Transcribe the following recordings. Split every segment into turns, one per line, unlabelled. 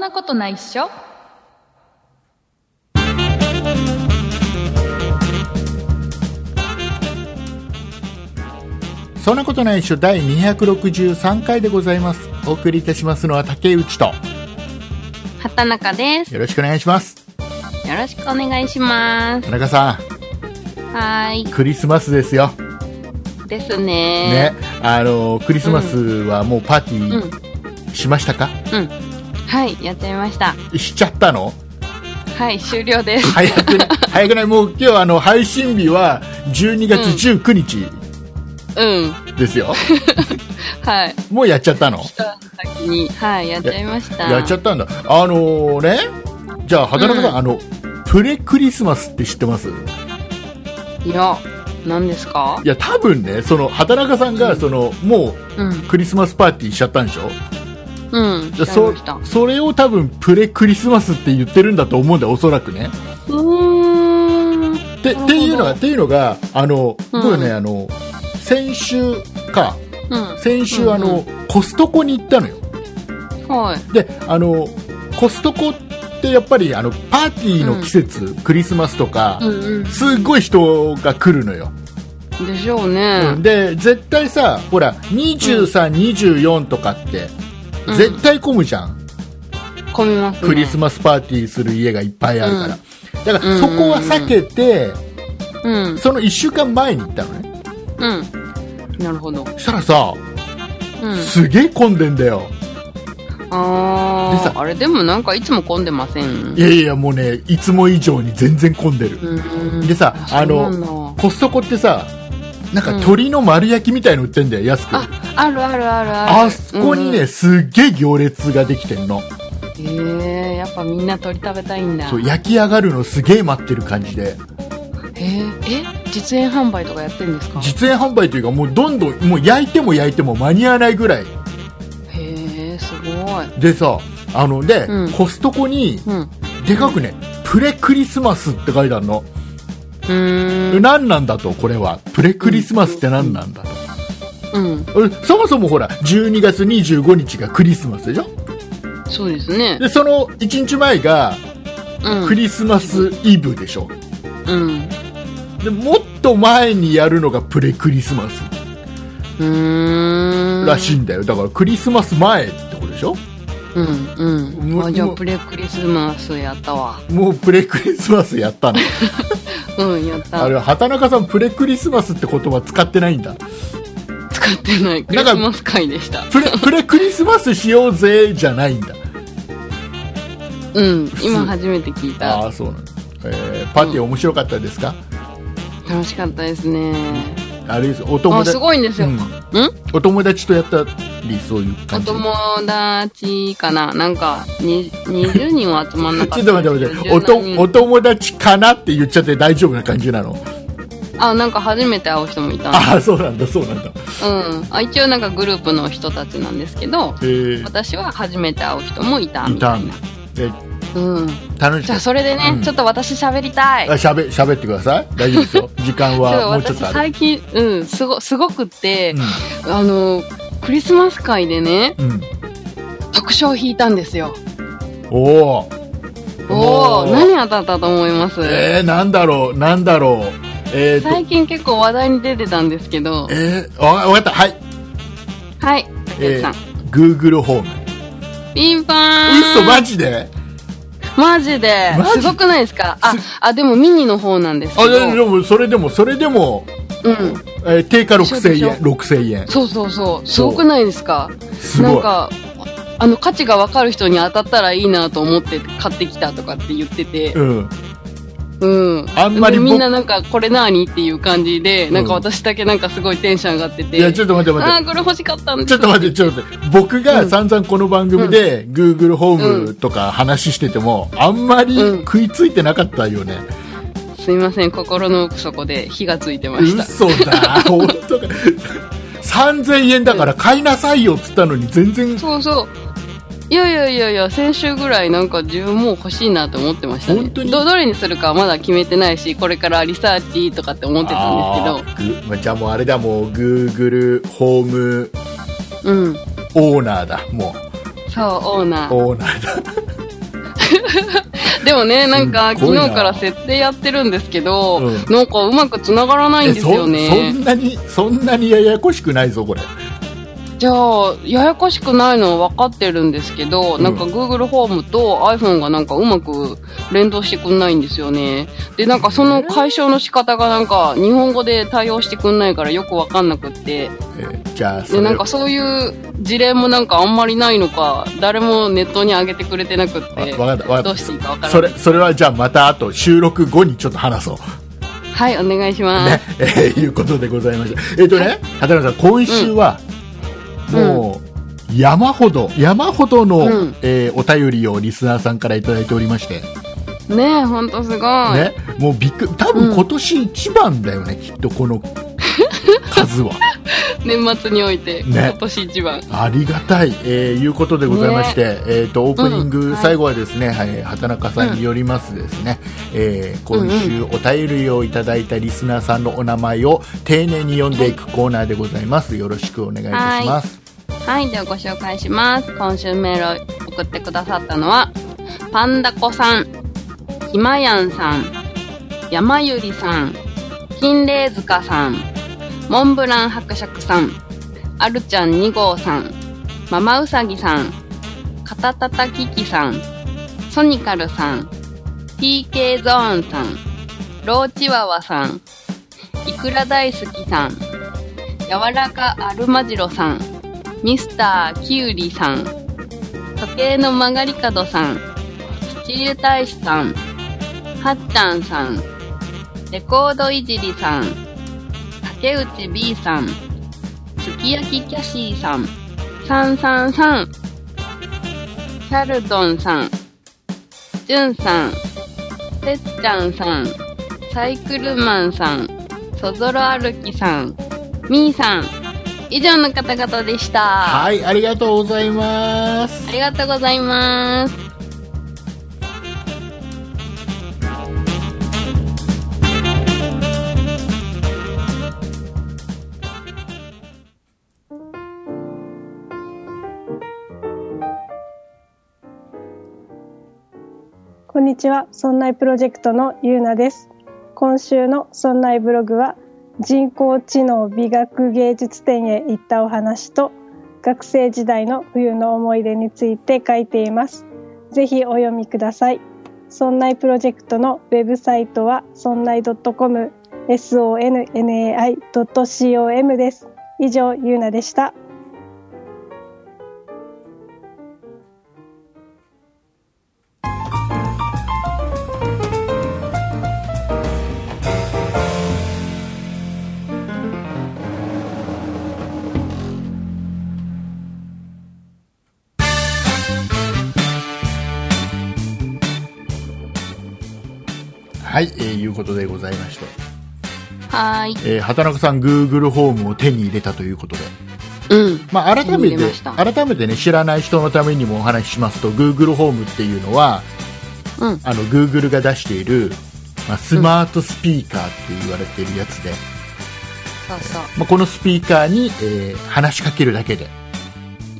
なことないっしょ
そんなことないっしょ第263回でございますお送りいたしますのは竹内と
畑中です
よろしくお願いします
よろしくお願いします
田中さ
はー
んクリスマスですよ
いですね
ねあのクリスマスはもうパーティ
うん
ーしましたか、
うんはいやっちゃいました
しちゃったの
はい終了 です
早くない早くないもう今日あの配信日は12月19日
うん
ですよ、
はい
もうやっちゃったの
先にはいやっちゃいました
やっちゃったんだあのねじゃあ畑中さん、
うん
あのプレクリスマスって知ってます
いや何ですか
いや多分ねその畑中さんがそのも
うん
うクリスマスパーティーしちゃったんでしょ
うん
で
やっちゃい
そ
ました
それを多分プレクリスマスって言ってるんだと思うんだよおそらくね
うーん
て
なるほど
っていうのがっていうのがあの
うん
僕ね、あの先週か
うん
先
うん
週
うん
あの、コストコに行ったのよ
はい
であのコストコってやっぱりあのパーティーの季節、クリスマスとか、
うん
すっごい人が来るのよ、
うんでしょうね
で絶対さほら2324とかって
うん
絶対混むじゃん、
混みますね
クリスマスパーティーする家がいっぱいあるから、だか
う
ら
ん
そこは避けて、
うん
その1週間前に行ったのね
うんなるほど
そしたらさ、
うん
すげえ混んでんだよ
あ
で
ーあれでもなんかいつも混んでません
いやいやもうねいつも以上に全然混んでる、
うん
でさあの
の
コストコってさなんか
うん
鳥の丸焼きみたいの売ってんだよ安く
あ
あ
あるあるあるある
そこにね、
うんうん
すっげえ行列ができてんの
へえやっぱみんな鳥食べたいんだ
そう焼き上がるのすげえ待ってる感じで
へええ実演販売とかやってんですか
実演販売というかもうどんどんもう焼いても焼いても間に合わないぐらい
へえすごい
でさあので、
うん
コストコに
うんう
でかくねプレクリスマスって書いてあるの、
ーん
何なんだとこれはプレクリスマスって何なんだと、
うん
うんそもそもほら12月25日がクリスマスでしょ
そうですね
でその1日前が
うん
クリスマスイブでしょ
うん
でもっと前にやるのがプレクリスマス
うーん
らしい
い
んだよだからクリスマス前ってことでしょ
うんう
も
んあじゃあ
も
プレクリスマスやったわ
もうプレクリスマスやったの
うんやった
あれは畑中さんプレクリスマスって言葉使ってないんだ
使ってないクリスマス会でした
プレプレクリスマスしようぜじゃないんだ
うん
通
今初めて聞いた
ああそうなんだ、えーパーティー面白かったですか、
楽しかったですね
あれですお友
あ
達
すごいんですよ、
うん
ん、
お友達とやったりそういう
お
感じ
友達かななんかに20人は集まんなか
ち
っ
ょ
た
っと待って待ってお
10
とお
人
友達かなって言っちゃって大丈夫な感じなの
あなんか初めて会う人もいた
ああそうなんだそうなんだ
うんあ一応なんかグループの人たちなんですけど
えー、
私は初めて会う人もいた
い
み
た
たい
ん
な
だえ
うん
楽し
じゃ
か
あ
っ
それでね、
うん
ちょっと私喋りたい
たあしゃべしゃべってください大丈夫で すよ時間
ちょっ
は
と
もうちょっ
私
とある
最近うんすごすごくって
う、ん
あのクリスマス会でね
うん、
特賞引いたんですよ
おお
お
お
お
ー
何当たったと思います、
えー、なんだろうなんだろうえー、と
最近結構話題に出てたんですけど
えー、わわかったはい
はい竹
え
内さん、
ー、Google ホーム
ピンポーン
嘘マジで
マジで
マジ
すごくないですかああでもミニの方なんですけ
あ
ど
ででもそれでもそれでも、
うん
えー、定価6000
一緒で
円
し
6000円
そうそうそうすごくないですか
す
なん
ごい
かあの価値が分かる人に当たったらいいなと思って買ってきたとかって言ってて
うん
うん
あんまり
でみ
僕
んななんかこれ何っていう感じでなん
う
か
ん
私だけなんかすごいテンション上がってて
いやちょっと待って待って
あーこれ欲しかったんです
ちょっと待って、ちょっと待って。僕が散々この番組で、Google ホームとか話してても、あんまり
うん
食いついてなかったよね。
すいません心の奥底で火がついてました
嘘だ。本当か。3000円だから買いなさいよっつったのに全然、
そうそう。いやいやいやいや、先週ぐらいなんか自分も欲しいなと思ってましたね。
本当に
どどれにするかはまだ決めてないし、これからリサーチとかって思ってたんです
あーぐまあじゃあもうあれだ、もう Google ホーム
けど。うん。
オーナーだ。も
そう、オーナ
う、
ー。
オーナーだ。
でもね、なんか、
すっご
昨
いな
日から設定やってるんですけど、
うん
なんかうまく繋がらないんですよ
えそそ
ね。
んなにそんなにややこしくないぞこれ
じゃあ、ややこしくないのは分かってるんですけど、
うん
なんか Google ホームと iPhone がなんかうまく連動してくんないんですよね。で、なんかその解消の仕方がなんか日本語で対応してくんないからよく分かんなくって、
えーじゃあそ
で、
れ
なんかそういう事例もなんかあんまりないのか、誰もネットに上げてくれてなくっ
わ
て、
わかったわか
ど
っ
うしていいか分か
た
ら
そ
な
れ
い。
それはじゃあまたあと収録後にちょっと話そう
はい、お願いします。
ね、えーいうことでございました。えっ、とね、畑中さん、今週は、
うん
もう、山ほど、山ほどの、
うん
えーお便りをリスナーさんからいただいておりまして、
ねえ、ほんとすごい。
ね、もうびっくり、多分今年一番だよね、きっとこの 数は。
年末において、
ね
今年一番。
ありがたい、えーいうことでございまして、えー、とオープニン
うん
グ
はい
最後はですね、はい畑中さんによりますですね、えー今週お便りをいただいたリスナーさんのお名前を丁寧に読んでいくコーナーでございますよろしくお願いいたします
はい、ではご紹介します。今週メールを送ってくださったのは、パンダコさん、ひまやんさん、やまゆりさん、金霊塚さん、モンブラン伯爵さん、あるちゃん2号さん、ママウサギさん、カタタタキキさん、ソニカルさん、TK ゾーンさん、ローチワワさん、イクラ大好きさん、柔らかアルマジロさん、ミスター・キュウリさん、時計の曲がり角さん、スチール大使さん、はっちゃんさん、レコードいじりさん、竹内 B さん、すき焼きキャシーさん、さんさんさん、シャルドンさん、じゅんさん、てっちゃんさん、サイクルマンさん、そぞろ歩きさん、みーさん、以上の方々でした。
はいありがとうございます
ありがとうございます。
こんにちは、そんないプロジェクトのゆうなです。今週のそんないブログは、人工知能美学芸術展へ行ったお話と、学生時代の冬の思い出について書いています。ぜひお読みください。そんないプロジェクトのウェブサイトは、そんない .com、sonnai.com です。以上、ゆうなでした。
はい、えーいうことでございまして、
はーい。
えー畑中さん Google ホームを手に入れたということで、
うん。
まあ、改め
手に
て
入れました
改めてね知らない人のためにもお話ししますと Google ホームっていうのは
うん。
あの Google が出している、まあ、スマートスピーカーって言われてるやつで、
そうそう。
まあ、このスピーカーに、えー話しかけるだけで、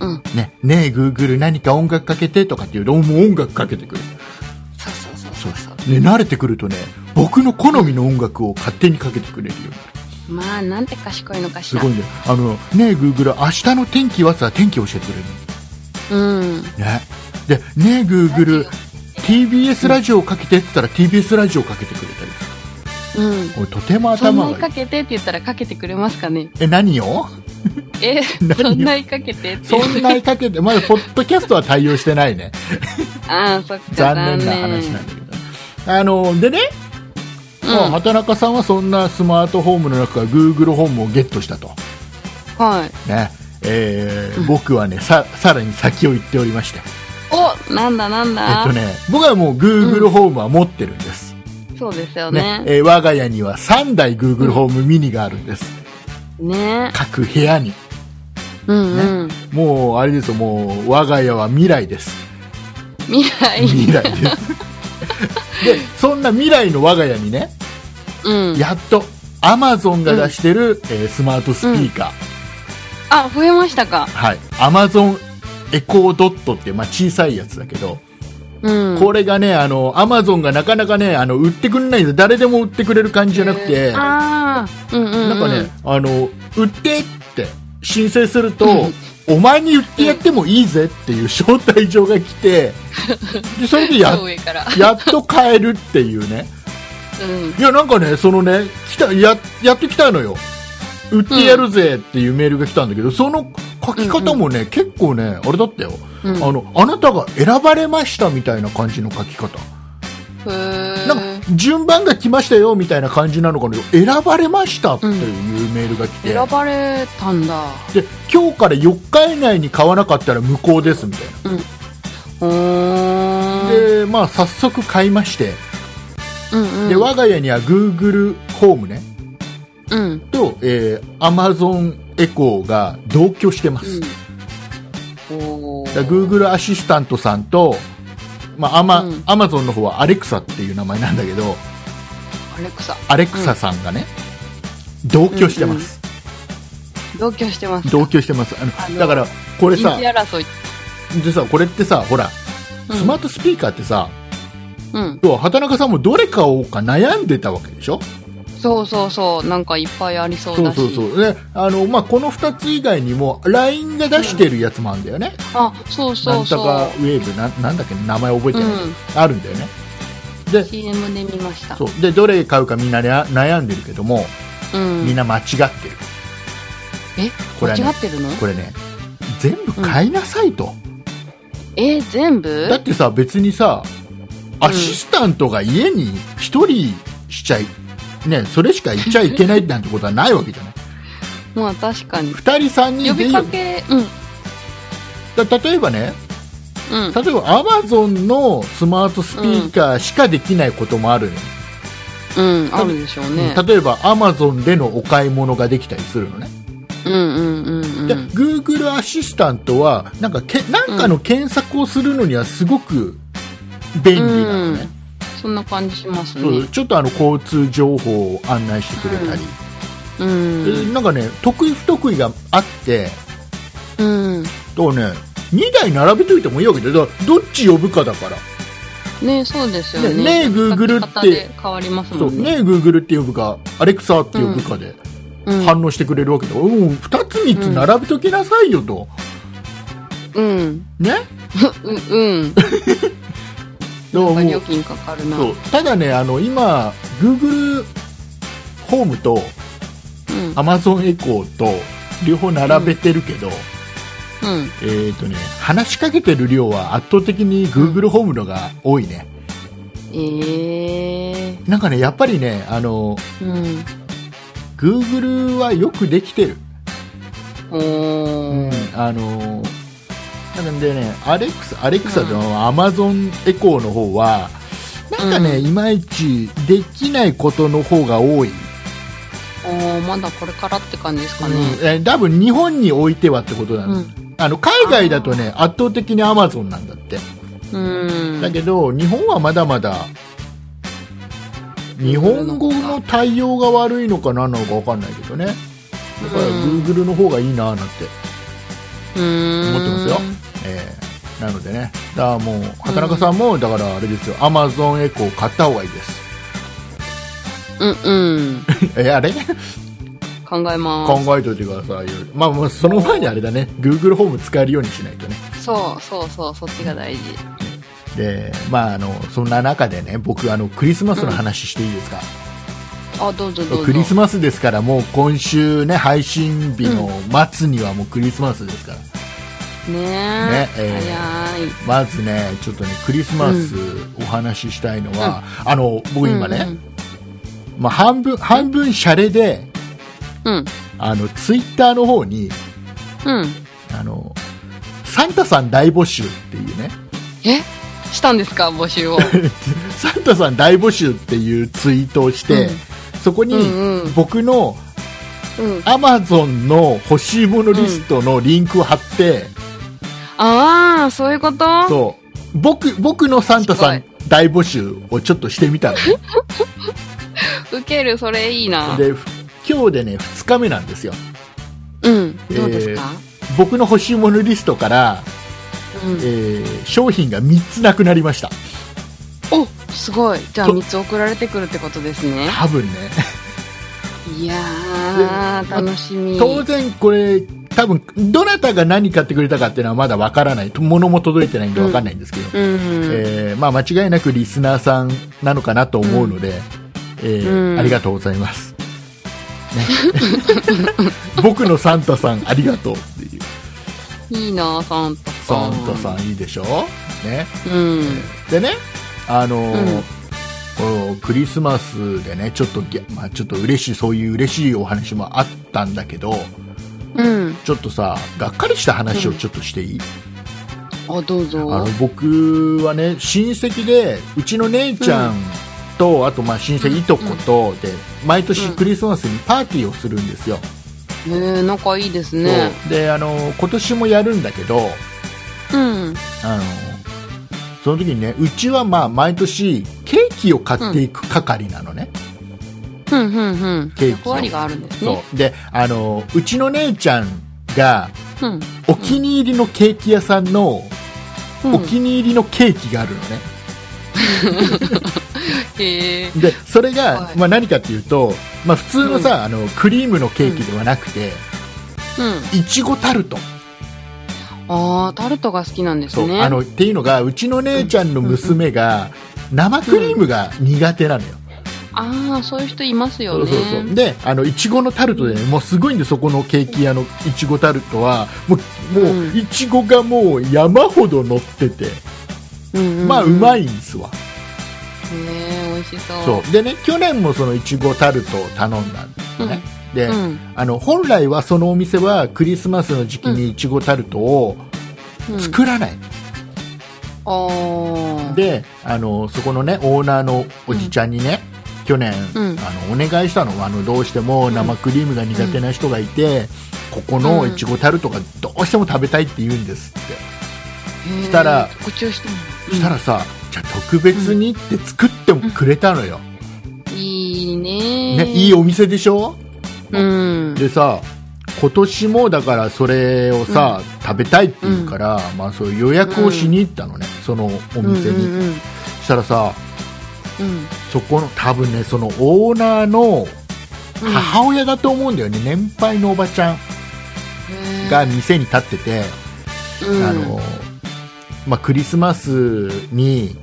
うん。
ね、ねえ、Google 何か音楽かけてとかっていうのをもう音楽かけてくる。
そうそうそうそうそう。
ね、慣れてくるとね、僕の好みの音楽を勝手にかけてくれるよ。
まあ、なんて賢いのかし
す
ら。
ごいね。あの、ねえ、Google 明日の天気はさ、天気教えてくれる
うん。
の。ね。で、ねえ、Google、TBS ラジオをかけてって言ったら TBS ラジオをかけてくれたりす
うん。
る。俺とても
そん
頭
なに
が
か
いい。
けてって言ったらかけてくれますかね
え、何よ
え、
何
そんなにかけてって。
そんなにかけて、まだポッドキャストは対応してな いね。
ああ、そっか。
残念な話なんだけど。あの、でね、
うん
まあ、畑中さんはそんなスマートホームの中から Google ホームをゲットしたと、
はい。
ねえー僕はねささらに先を行っておりまして、
おなんだなん
えっ
だ、
とね、僕はもう Google ホームは持ってるんです、
そうですよ
ね
ね。
えー我が家には3台 Google ホームミニがあるんです、
ね
各部屋に
うんうん。
もうあれですよもう我が家は未来です
未来。
未来 ですでそんな未来の我が家にね
うん。
やっと Amazon が出してる、えースマートスピーカー、
あ、増えましたか。
はい、アマゾンエコードットって、まあ、小さいやつだけど、
うん。
これがね、あの、アマゾンがなかなかね、あの、売ってくれないんです誰でも売ってくれる感じじゃなくて、な
ああ、うんうん、うん。
んかね、あの、売ってって申請すると、
うん
お前に売ってやってもいいぜっていう招待状が来 て、で、それでや
超、上から。
やっと買えるっていうね。
うん。
いや、なんかね、そのね、来た、や、やってきたのよ。売ってやるぜっていうメールが来たんだけど、その書き方もね、結構ね、あれだったよ。
うん
あの、あなたが選ばれましたみたいな感じの書き方。
ふー
なんか、順番が来ましたよみたいな感じなのかな選ばれましたっていうメールが来て、
選ばれたんだ。
で、今日から4日以内に買わなかったら無効ですみたい
ほ
な。
ーん。
で、まあ、早速買いまして、
うんうん。
で、我が家には Google ホームね、
うん。
と、えー、Amazon エコーが同居してます。
うん。おー
だから Google アシスタントさんと、まあ、アマ、
うん
アマゾンの方はアレクサっていう名前なんだけど、
アレクサ。
アレクサさんがね、同居してます。
同居してます。
同居してます。あの、
あの
だから、これ
人
さ
気、争い。
でさ、これってさ、ほら、
うん
スマートスピーカーってさ、
うん。
要は畑中さんもどれ買おうか悩んでたわけでしょ
そうそうそう。なんかいっぱいありそう
そう
だし。
そうそう。で、あの、まあ、この2つ以外にも、LINE が出してるやつもあるんだよね。
あ、そうそうそう。
なんとかウェーブな、なんだっけ、名前覚えてない、
うん
あるんだよね。で、
CM で見ました。
そうでどれ買うかみんなね悩んでるけども、
うん。
みんな間違ってる
え
これはね
間違ってるの
これね全部買いなさいと、
え、全部
だってさ別にさアシスタントが家に一人しちゃい、ねそれしかいちゃいけないなんてことはないわけじゃ ない
まあ確かに。
二人三
呼
人でい
び
いよ
かけ、うん。
だ例えばね
うん。
例えばアマゾンのスマートスピーカーしかできないこともあるのよ、
うん、あるでしょうね。
例えばアマゾンでのお買い物ができたりするのね
うんうんうんう
で、
ん。
Google アシスタントはなんかけなんかの検索をするのにはすごく便利なのね、
そんな感じします
そう
ね。
ちょっとあの交通情報を案内してくれたり、
う
で
ん。
なんかね得意不得意があって
うん。
とね2台並べといてもいいわけでだからどっち呼ぶかだから、
ねそうですよね。
ねねえ Google って
書き方で変わります
そ
も
うん
ね。
ね Google って呼ぶか Alexa って呼ぶかで
うん
反応してくれるわけだから、うん、2つ3つ並べときなさいよと、
うん。
ね
う、うん。
だからもう
料金かかるな。
そうただねあの今 Google ホームと
うん。
アマゾンエコーと両方並べてるけど、
うん。
えっ、とね話しかけてる量は圧倒的に Google ホームのが多いね、
ええ
なんかねやっぱりねあの
うん。
Google はよくできてる、
おー。
あのなんでねアレクサアレクサのアマゾンエコーの方はなんかね、
う
いまいちできないことの方が多い、
おー、まだこれからって感じですかね。
うんえ多分日本においてはってことなん
う
だ、
ん。
あの海外だとね圧倒的にアマゾンなんだって
うん。
だけど日本はまだまだ日本語の対応が悪いのか何なのか分かんないけどねだから
うん
Google の方がいいななんて、
うん。
思ってますよえーなのでねだからもう畑中さんもだからあれですよ Amazon エコー買った方がいいです
うんうん。
えあれ
考えます。
考えておいてくださいよまあまあその前にあれだね Google ホーム使えるようにしないとね
そうそうそうそっちが大事
でまああのそんな中でね僕あのクリスマスの話していいですか、
あどうぞどうぞ
クリスマスですからもう今週ね配信日の末にはもうクリスマスですから、
ねえ
ねえー
早い
まずねちょっとねクリスマスお話ししたいのは、あの僕今ね、まあ、半分半分シャレで
うん
あのツイッターの方に
うん、うん、
あのサンタさん大募集っていうね
えしたんですか募集を
サンタさん大募集っていうツイートをして、そこに
うんうん
僕の
うん
アマゾンの欲しいものリストのリンクを貼って、
ああそういうこと
そう僕僕のサンタさ
す
ん大募集をちょっとしてみ たのね
受けるそれいいな
でふ今日でね2日目なんですよ
うん
えー
どうですか、
僕の欲しいものリストから
うん
えー商品が3つなくなりました
おすごいじゃあ
と
3つ送られてくるってことですね
多分ね
いやー楽しみ
当然これ多分どなたが何買ってくれたかっていうのはまだわからない物も届いてないんでわかんないんですけど、
うん、
えーまあ、間違いなくリスナーさんなのかなと思うので、えー
うん
ありがとうございます、ね、 僕のサンタさんありがとうっていう
いいなサンタさん
サンタさんいいでしょ、ね、
うん
でねあのー
うん
こうクリスマスでねちょっとぎゃ、まあ、ちょっと嬉しいそういう嬉しいお話もあったんだけど
うん
ちょっとさがっかりした話をちょっとしていい、
あどうぞ
あの僕はね親戚でうちの姉ちゃんと、あとまあ親戚いとことで毎年クリスマスにパーティーをするんですよ、
えー、仲いいですね
そうであの今年もやるんだけど
うん
あのその時にねうちはまあ毎年ケーキを買っていく係なのね、
ふんふんふん
ケーキ
役
を
割があるんですね
そうであのうちの姉ちゃんが
う、ん
お気に入りのケーキ屋さんの
うん、
お気に入りのケーキがあるのね、
へー
でそれが、
はい
まあ、何かっていうと、まあ、普通のさ、あのクリームのケーキではなくて、
うん
いちごタルト
ああタルトが好きなんです
そう、
ね
あのっていうのがうちの姉ちゃんの娘が、生クリームが苦手なのよ、
ああそういう人いますよ
そ
ね
うそうそうであのいちごのタルトでね、もうすごいんでそこのケーキ屋のいちごタルトはもうもう、
うん
いちごがもう山ほど乗ってて、
うんうん、
まあうまいんですわ、
ねえ美味しそう
そうでね去年もそのいちごタルトを頼んだんですね、で、
うん
あの本来はそのお店はクリスマスの時期にいちごタルトを
うん、
作らない、
あー
であのそこのねオーナーのおじちゃんにね、去年、
うん
あのお願いしたのあのどうしても生クリームが苦手な人がいて、ここのいちごタルトがどうしても食べたいって言うんですって、
へー
したら
特注しても
したらさじゃあ特別にって作ってもくれたのよ、
いいね
ね、いいお店でしょ
うん
でさ今年もだからそれをさ、食べたいっていうから、まあ、そういう予約をしに行ったのね、そのお店
う
に、
んうんうん
したらさ
うん
そこの多分ねそのオーナーの母親だと思うんだよね、年配のおばちゃん
うん
が店に立ってて、
うん
あのまあ、クリスマスに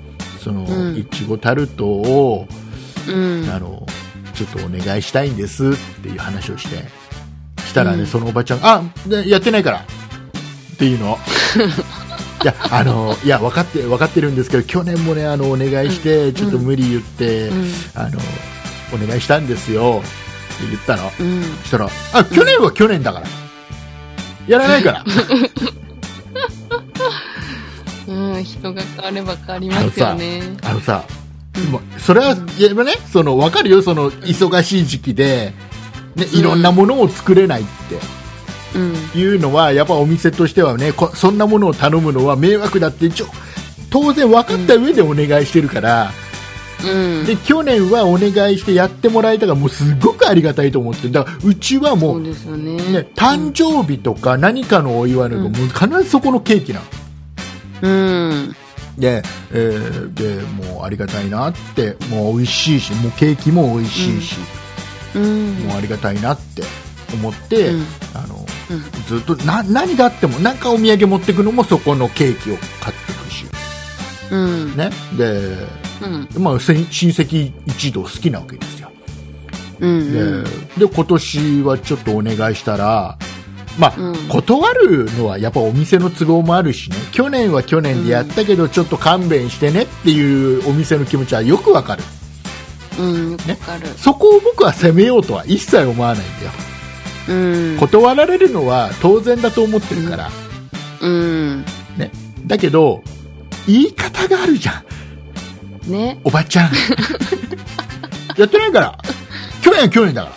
その、
うん
いちごタルトを、
うん
あのちょっとお願いしたいんですっていう話をしてしたらね、
うん
そのおばちゃんが「あでやってないから」ってい うのいやあのいや分かって分かってるんですけど去年もねあのお願いして、ちょっと無理言って、
うん
あのお願いしたんですよって言ったの
うん
そしたら「あ去年は去年だから、やらない から」
うん人が変われば変わりますよね
あのさ、もうそれは、いやまあね、その、わかるよ、その、忙しい時期で、ね、いろんなものを作れないっ
うん
ていうのは、やっぱお店としてはね、こそんなものを頼むのは迷惑だって、ちょ当然分かった上でお願いしてるから、
うん
で、去年はお願いしてやってもらえたから、もうすごくありがたいと思ってるだから、うちはも、
そううですよね
ね、誕生日とか何かのお祝いのともう必ずそこのケーキなの。
うん
で,、えーでもうありがたいなってもう美味しいしもうケーキも美味しいし、
うん
もうありがたいなって思って、
うん
あの
うん
ずっとな何があっても何かお土産持ってくのもそこのケーキを買ってくし、
うん
ねで
うん
まあ、せん親戚一同好きなわけですよ
うん
で,、
うん
で今年はちょっとお願いしたらまあ、
うん
断るのはやっぱお店の都合もあるしね去年は去年でやったけどちょっと勘弁してねっていうお店の気持ちはよくわかる
うんよくわかる
そこを僕は責めようとは一切思わないんだよ、
うん
断られるのは当然だと思ってるから、
うん
ね、だけど言い方があるじゃん
ね
おばちゃんやってないから去年は去年だか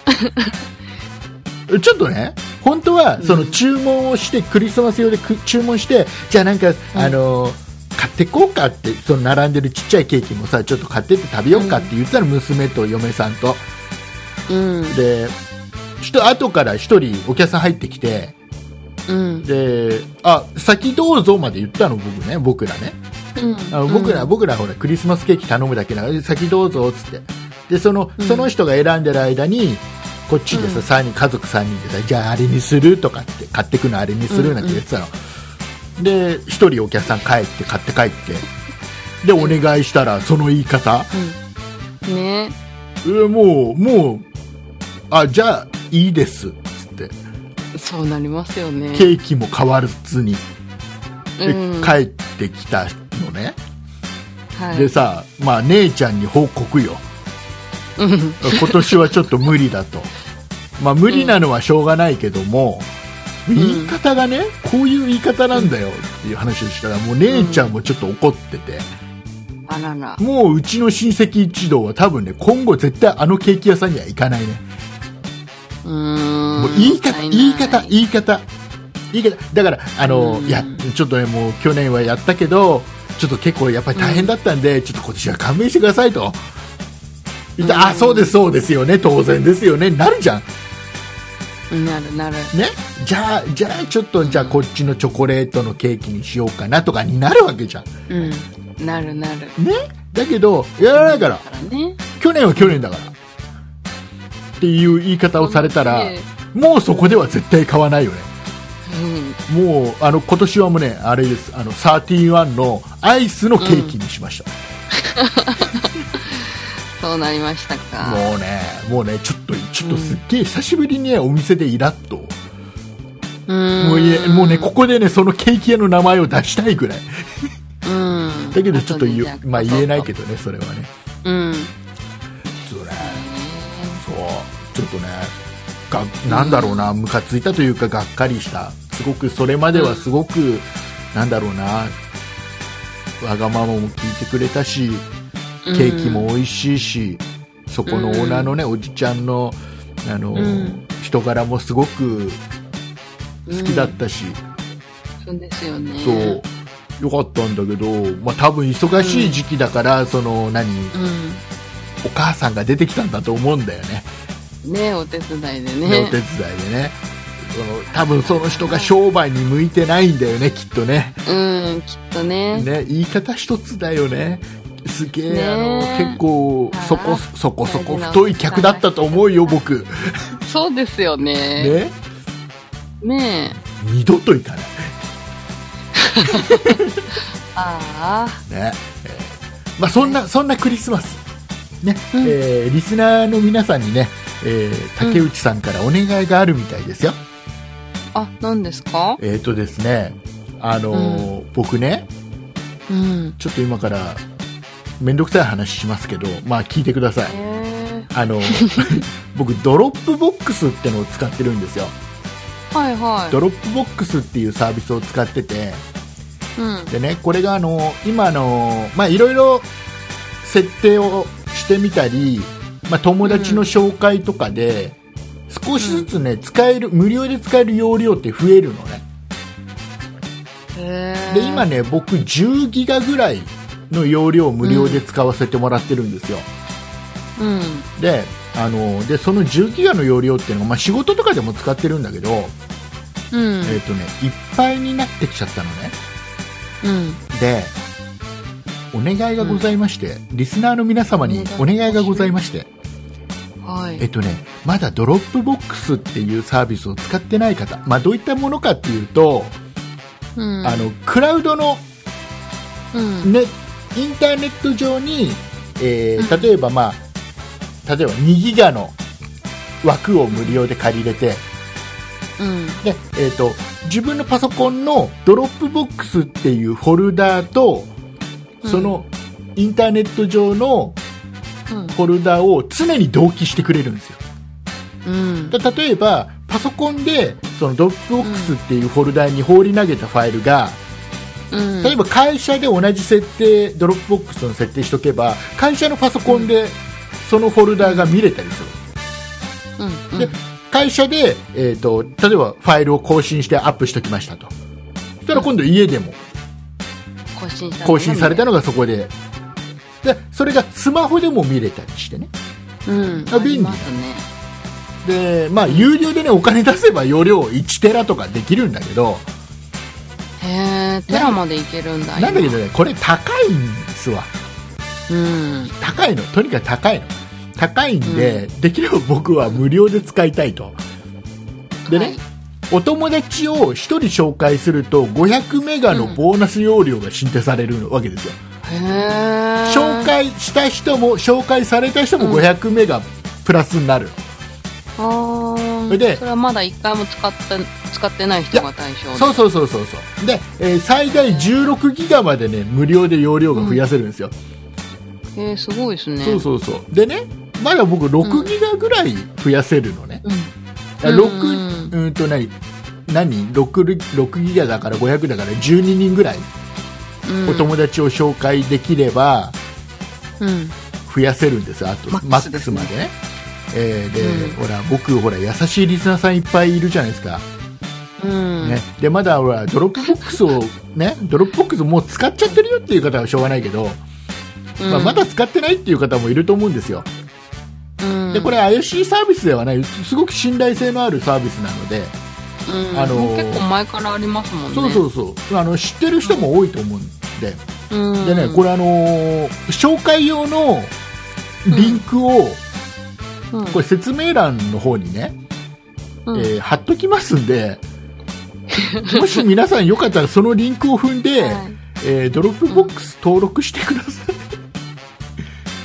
らちょっとね本当はその注文をして、クリスマス用でく注文してじゃあなんか、あのー買ってこうかってその並んでるちっちゃいケーキもさちょっと買ってって食べようかって言ってたの、娘と嫁さんと
うん
でちょっと後から一人お客さん入ってきて
うん。
であ先どうぞまで言ったの僕ね僕らねあの僕ら、
うん、
僕らほらクリスマスケーキ頼むだけなので先どうぞっつってでその
うん
その人が選んでる間にこっちでさ、
うん
三人家族3人でさじゃああれにするとかって買ってくのあれにするなんて言ってたの、で1人お客さん帰って買って帰ってでお願いしたらその言い方、
うん。ね
えーもうもうあじゃあいいですっつって
そうなりますよね。
ケーキも変わらずに、で
うん
帰ってきたのね、
はい
でさ、まあ、姉ちゃんに報告よ
うん
今年はちょっと無理だとまあ無理なのはしょうがないけども、言い方がねこういう言い方なんだよっていう話をしたらもう姉ちゃんもちょっと怒ってて、
あらら。
もううちの親戚一同は多分ね今後絶対あのケーキ屋さんには行かないね
うーん。
もう言い
も
方、
ったな
言い方、言い方、言い方、だから、あの、
うん
いや、ちょっとね、もう去年はやったけど、ちょっと結構やっぱり大変だったんで、ちょっと今年は勘弁してくださいと。言った
う
ら
ん
あ、そうです、そうですよね、当然ですよね、なるじゃん。
なるなる。
ね。じゃあ、じゃあ、ちょっと、じゃあ、こっちのチョコレートのケーキにしようかなとかになるわけじゃん。
うん。なるなる。
ね。だけど、やらないから
だ、からね。
去年は去年だから。っていう言い方をされたら、
ね
もうそこでは絶対買わないよね。
うん。
もうあの今年はもうねあれですあの31のアイスのケーキにしました、
そうなりましたか。
もうねもうねちょっとちょっとすっげえ久しぶりにねお店でイラッと、
う
もういえ
ーん。
もうねここでねそのケーキ屋の名前を出したいぐらい
うん。
だけどちょっと言う
後でじゃ
まあ言えないけ
ど。
どねそれはね
うん。
そうねそうちょっとねがなんだろうなムカついたというかがっかりしたすごくそれまではすごく、なんだろうなわがままも聞いてくれたしケーキも美味しいし、そこのオーナーのね、おじちゃんのあの、
うん
人柄もすごく好きだったし、
うん。そうですよね。
そう。よかったんだけど、まあ、多分忙しい時期だから、その何お母さんが出てきたんだと思うんだよね
うん。ねお手伝いで
お
ね。
手伝いでねその多分その人が商売に向いてないんだよねきっとね
うん、きっとね。
ね言い方一つだよねすげえ、
ね
あの結構
あー
そこそこそこ太い客だったと思うよ僕
そうですよね。
ね
ねえ。
二度と行かない
あ
ね、えーまあそんなそんなクリスマスね、
うん
えーリスナーの皆さんにね、えー竹内さんからお願いがあるみたいですよ、
あ。あ、何ですか
えっ、とですねあのー僕ね
うん。
ちょっと今から面倒くさい話しますけどまあ聞いてください
え
あのー僕ドロップボックスってのを使ってるんですよ
ー、はいは
ドロップボックスっていうサービスを使ってて
い。うん。
でねこれがあの今あのまあいろいろ設定をしてみたり、まあ、友達の紹介とかで少しずつね、使える無料で使える容量って増えるのね
へー
で今ね僕10ギガぐらいの容量を無料で使わせてもらってるんですよ、
うん。
であのでその10ギガの容量っていうのが、まあ、仕事とかでも使ってるんだけど、
うん。
えっ、とねいっぱいになってきちゃったのね
うん。
でお願いがございまして、リスナーの皆様にお願いがございまして、
はい。
えっとね、まだドロップボックスっていうサービスを使ってない方、まあ、どういったものかっていうと、
うん、
あのクラウドの、
うん、
ね、インターネット上に、えー
うん
例えば、まあ、例えば2ギガの枠を無料で借りれて、
うん、
でえー、と自分のパソコンのドロップボックスっていうフォルダーと
うん
そのインターネット上の
うん
フォルダーを常に同期してくれるんですよ
うん、
だ例えばパソコンでそのドロップボックスっていうフォルダーに放り投げたファイルが、
うん、
例えば会社で同じ設定ドロップボックスの設定しとけば会社のパソコンでそのフォルダーが見れたりする
うん、うん、
で会社で、えー、と例えばファイルを更新してアップしときましたとそしたら今度家でも
更新したのが
更新されたのがそこででそれがスマホでも見れたりしてね
うん、
あ便利
ありますね。
でまあ有料でねお金出せば容量1テラとかできるんだけど
へえテラまでいけるんだ
なんだけどねこれ高いんですわ
今うん
高いのとにかく高いの高いんで、できれば僕は無料で使いたいとでね、
はい
お友達を1人紹介すると500メガのボーナス容量が申請されるわけですよ、
へえ
紹介した人も紹介された人も
うん
500メガプラスになる、
あ
そ
あ
れで
それはまだ一回も使って使ってない人が対象で
そうそうそうそうそうで、えー最大16ギガまでね無料で容量が増やせるんですよ、
へえすごいですね
そうそうそうでねまだ僕6ギガぐらい増やせるのね、
うん、
6うんと何何 6, 6ギガだから500だから12人ぐらい
うん、
お友達を紹介できれば
うん
増やせるんですよあとマ
マッ
ック
ク
ス
ス
までね、えーで、
うん
ほら僕ほら優しいリスナーさんいっぱいいるじゃないですか、
うん
ね、でまだほらドロップボックスをねドロップボックスもう使っちゃってるよっていう方はしょうがないけど、
うん
まあ、まだ使ってないっていう方もいると思うんですよ
うん、
でこれ怪しいサービスではないすごく信頼性のあるサービスなので、
うん
あのー
もう結構前からありますもんね
そうそうそうあの知ってる人も多いと思うんで、
う、ん、
でね、これあのー紹介用のリンクを、
うん、
これ説明欄の方にね、
うん
えー貼っときますんで、もし皆さんよかったらそのリンクを踏んで、
はい
えードロップボックス登録してください。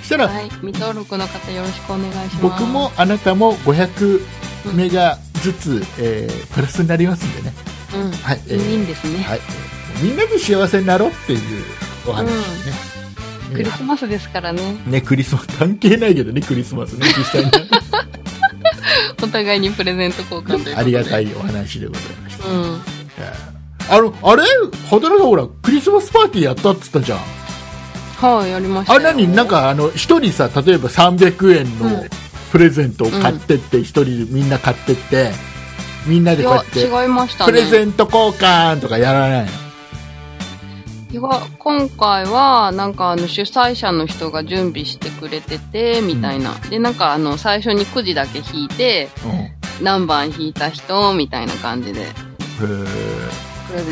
したら、
はい、未登録の方よろしくお願いします
僕もあなたも500メガずつ、えープラスになりますんでね。
うん
はい、えー
いいんですね、
はい、みんなで幸せになろうっていうお話ですね。えー
クリスマスですからね
ね、クリスマス関係ないけどね、クリスマスね、実際に。
お互いにプレゼント交換ということで
ありがた
い、
いお話でございました。
うん、
あの、あれ働くほら、クリスマスパーティーやったって言ったじゃん。
はいやりました
あ
よ
れ何なんか、あの、一人さ、例えば300円の
うん
プレゼントを買ってって、一、人みんな買ってって、みんなで
い
こうや
や
って、
違いましたね
プレゼント交換とかやらないの
いや今回はなんかあの主催者の人が準備してくれててみたいな、でなんかあの最初にくじだけ引いて
うん。へ
何番引いた人みたいな感じで
え。
プレゼ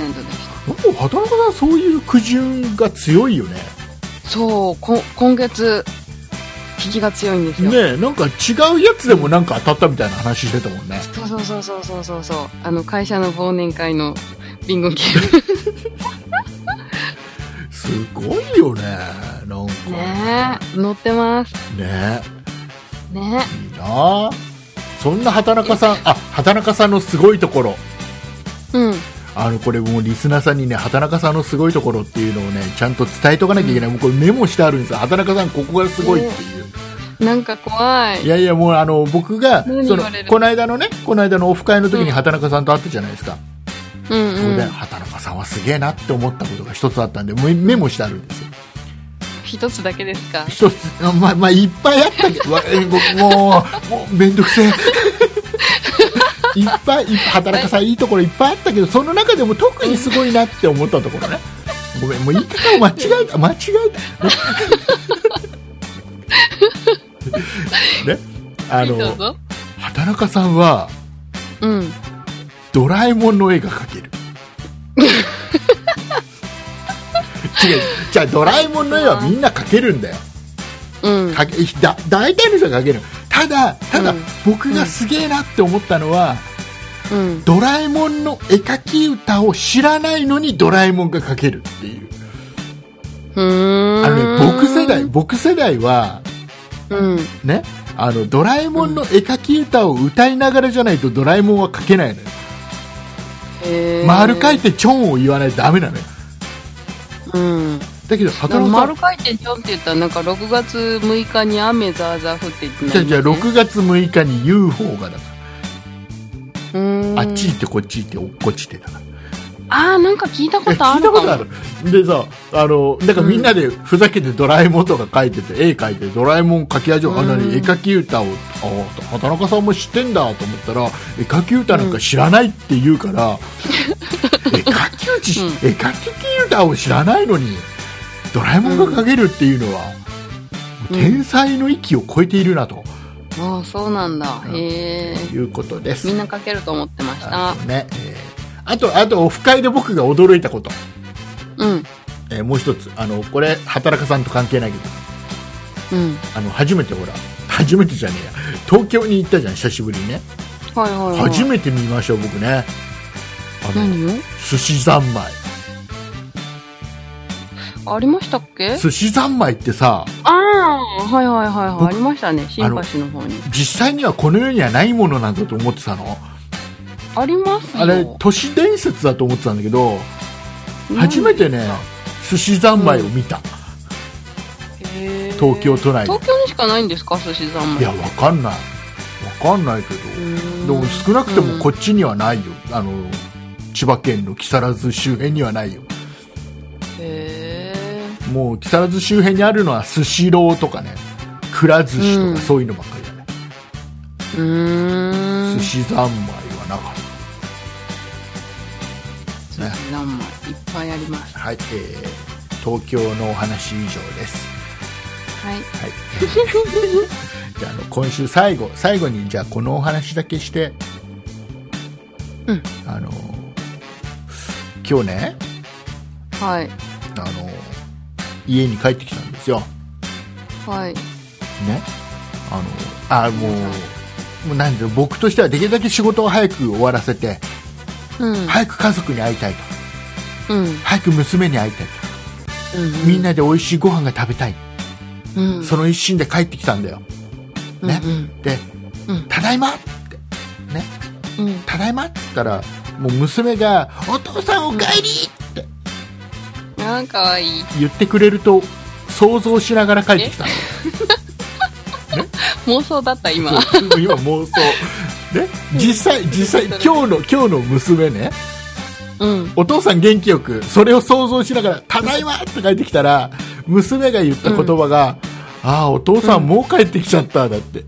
ントでした
なんか畑中さん、そういう苦順が強いよね。
そうこ今月引きが強いんですよ、
ねえなんか違うやつでもなんか当たったみたいな話してたもんね。
そうそうそうそうそうそうそうあの会社の忘年会のビンゴゲーム
すごいよね。なんか。
ねえ乗ってます
ね
ね
えいいなあそんな畑中さん、あ、畑中さんのすごいところ。
うん
あの、これもうリスナーさんにね、畑中さんのすごいところっていうのをね、ちゃんと伝えとかなきゃいけない。もうこれメモしてあるんですよ。畑中さん、ここがすごいっていう。
なんか怖い
いやいや、もうあの、僕が、そ
何
の
言われ、る
この間のね、この間のオフ会の時
う
に
ん
畑中さんと会ったじゃないですか。
うん
それ
う
で、
ん
畑中さんはすげえなって思ったことが一つあったんで、メメモしてあるんですよ。
一つだけですか
一つ、あまあ、まあ、いっぱいあった けど、わえ僕もう、もう、めんどくせえ。いっぱい、いっぱい働かさん、いいところいっぱいあったけど、その中でも特にすごいなって思ったところね。ごめん、もう言い方を間違えた、間違 えた。ね、あ
どう
の、
ぞ
畑中さんは、
うん
ドラえもんの絵が描け る。違う、じゃあドラえもんの絵はみんな描けるんだよ。
うん
かけだ大体の人が描けるただただ、
うん
僕がすげえなって思ったのは、
うん
ドラえもんの絵描き歌を知らないのにドラえもんが描けるっていう
うーん
あの、ね、僕世代僕世代は
うん
ねあのドラえもんの絵描き歌を歌いながらじゃないとドラえもんは描けないのよ、
へー
丸書いてチョンを言わないとダメなのよ
うん
だけ
な
ど
ん
畑
か
中さ
丸
ん
書いてちょんって言ったらなんか6月6日に雨ザーザー降ってって
じゃあじゃあ6月6日に UFO がだか
うん
らあっち行ってこっち行って落っこちてだから
あーなんか聞いたことあ
聞い
るかも
たことあるでさあのなんかみんなでふざけてドラえもんとか描いてて、絵描いてドラえもん描き味をあんなに
うん
絵描き歌をあ畑中さんも知ってんだと思ったら絵描き歌なんか知らないって言うから、絵描き歌し
うん
絵描き歌を知らないのにドラえもんが描けるっていうのは、
うん
天才の域を超えているなと。
ああそうなんだ、
うん
へえ
ということです
みんな書けると思ってまし
あ
た
のね、えーあとあとオフ会で僕が驚いたこと、
うん
えーもう一つあのこれ働かさんと関係ないけど
うん
あの初めてほら初めてじゃねえや東京に行ったじゃん久しぶりにね
はいはいはい
初めて見ましょう僕ねあの
何よ
寿司三昧
ありましたっけ
寿司三昧ってさ
ああはいはいはいはい
僕
ありましたね新橋の方に
実際にはこの世にはないものなんだと思ってたの
ありますよ
あれ都市伝説だと思ってたんだけど初めてね寿司三昧を見た、
へー
東京都内で
東京にしかないんですか寿司三昧
いやわかんないわかんないけど、でも少なくともこっちにはないよ、あの千葉県の木更津周辺にはないよ
へえ
もう木更津周辺にあるのはスシローとかねくら寿司
う
と
ん
かそういうのばっかりだね、
うーん
寿司三昧はなかっ
寿司三昧いっぱいあります
たはい、えー、東京のお話以上です
はい
はい、じゃああの今週最後最後にじゃあこのお話だけして、
うん
あの今日ね
はい
あの家に帰ってきたんですよ
はい
ねあのあもうもうなんで僕としてはできるだけ仕事を早く終わらせて
うん
早く家族に会いたいと
うん
早く娘に会いたいと
う
みんなで美味しいご飯が食べたい、
うん
その一心で帰ってきたんだよね
うん
で
うん
「ただいま!」ってね
うん
「ただいま!」って言ったらもう娘が「お父さんおかえり!」って
うんあーかわいい
言ってくれると想像しながら帰ってきたの
妄想だった今
そう今妄想ね実際実際今日の今日の娘ね
うん
お父さん元気よくそれを想像しながら「ただいま!」って帰ってきたら娘が言った言葉が「ああお父さんもう帰ってきちゃった」だって、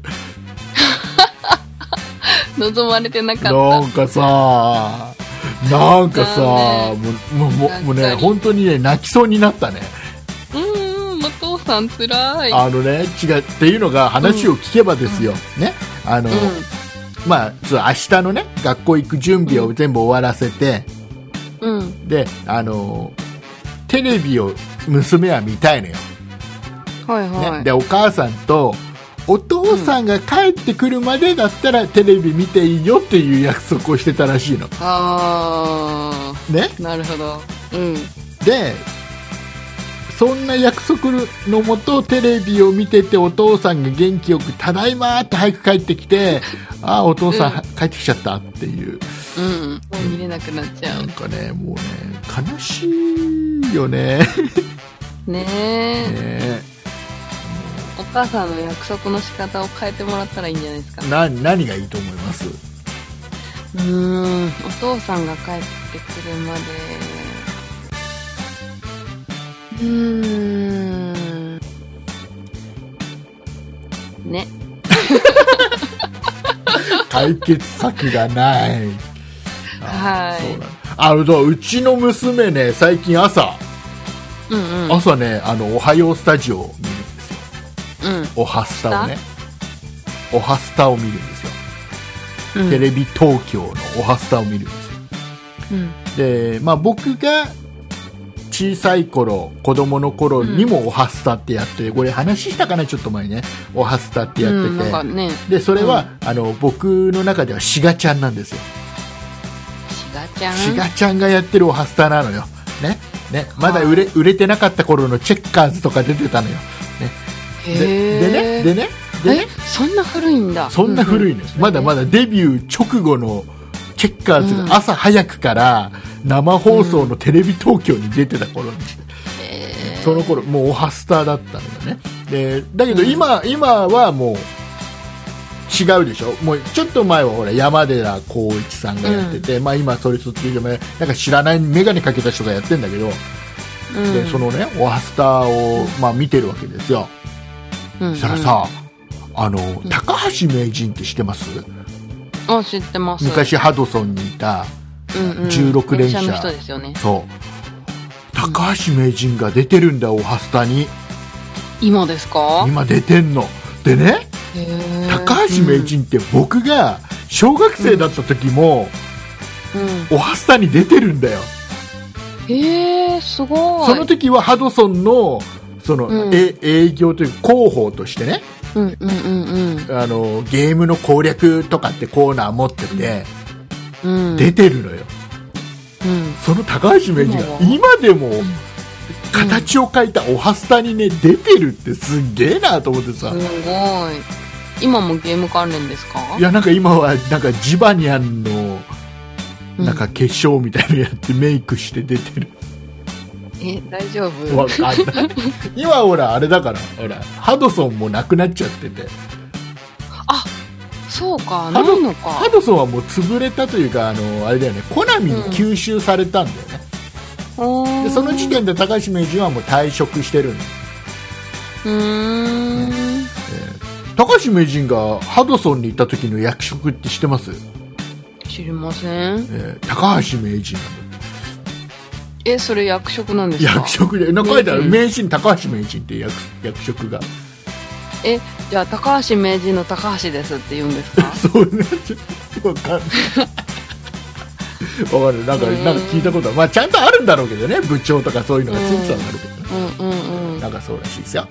望まれてなかった
なんかさなんかさ
だ
もうもうも
がっか
う
り
もうね本当にね泣きそうになったね
うんうんお父さんつらい
あのね違うっていうのが話を聞けばですよ、ねあの、まあそう明日のね学校行く準備を全部終わらせて、
うんうん
であのテレビを娘は見たいのよ
はい
ね
はい
でお母さんとお父さんが帰ってくるまでだったらテレビ見ていいよっていう約束をしてたらしいの。
あ
ね、
あなるほどうん
でそんな約束のもとテレビを見ててお父さんが元気よく「ただいま」って早く帰ってきて「ああお父さん、
うん
帰ってきちゃった」っていう
うんもう見れなくなっちゃ
なん
う
かねもうね悲しいよね。
ねえ
ね
お母さんの約束の仕方を変えてもらったらいいんじゃないですか
な何がいいと思います
うーんお父さんが帰ってくるまでうーんね
解決策がない。
は
そう
い
なのあのそううちの娘ね最近朝
うんうん
朝ねあの「おはようスタジオ」を見るんですよ
うん
「おはスタ」をね「おはスタ」を見るんですよ、
うん
テレビ東京の「おはスタ」を見るんです
うん
よでまあ僕が小さい頃子供の頃にも「おはスタ」ってやって、これ話したかなちょっと前にね「おはスタ」ってやってて、
うん、なんかね
でそれは、あの僕の中ではしがちゃんなんですよ
しがちゃん
しがちゃんがやってるおはスタなのよ、ねね、まだ売れ売れてなかった頃のチェッカーズとか出てたのよ、
へ
で
え
でねでねでね
えそんな古いんだ
そんな古いの、よまだま
だ
だデビュー直後のチェッカーズが朝早くから生放送のテレビ東京に出てた頃に、その頃もうおはスタだったのよねでだけど今,、今はもう違うでしょもうちょっと前はほら山寺宏一さんがやってて、まあ、今それ卒業でなんか知らない眼鏡かけた人がやってんだけど、
うん
でそのねおはスタを、まあ、見てるわけですよ
うん
そしたらさ、あの高橋名人って知ってます、
うんあ知ってます
昔ハドソンにいた
うんうん
16連射
の人ですよね
そう高橋名人が出てるんだオハスタに
今ですか
今出てんのでね高橋名人って僕が小学生だった時も、おはスタに出てるんだよ。
へえすごい
その時はハドソンのその、
うん
え営業というか広報としてね
うんうんうん
あのゲームの攻略とかってコーナー持ってて、
うんうん
出てるのよ
うん
その高橋名人が今でも形を変えたおはスタにね出てるってすげえなと思ってさ、
すごい今もゲーム関連ですか
いやなんか今はなんかジバニャンの
うん
なんか化粧みたいなのやってメイクして出てる、
え大丈夫
わかんない今ほらあれだからほらハドソンもなくなっちゃってて
そうか
ハ
な
ド
いのか
ハドソンはもう潰れたというかあのあれだよねコナミに吸収されたんだよね、でその時点で高橋名人はもう退職してるんで
うーん
高橋名人がハドソンに行った時の役職って知ってます、
知りません
えー高橋名人
えそれ役職なんですか
役職でなんか書いてある
うん
名人高橋名人っていう役役職が
えじゃあ高橋名人の高橋ですって言うんです か
そうねちょっとわかんないわかるなんかなんか聞いたことは、まあ、ちゃんとあるんだろうけどね部長とかそういうのがついてたんだろうけどね、
うんうんうんへ
なんかそうらしいですよ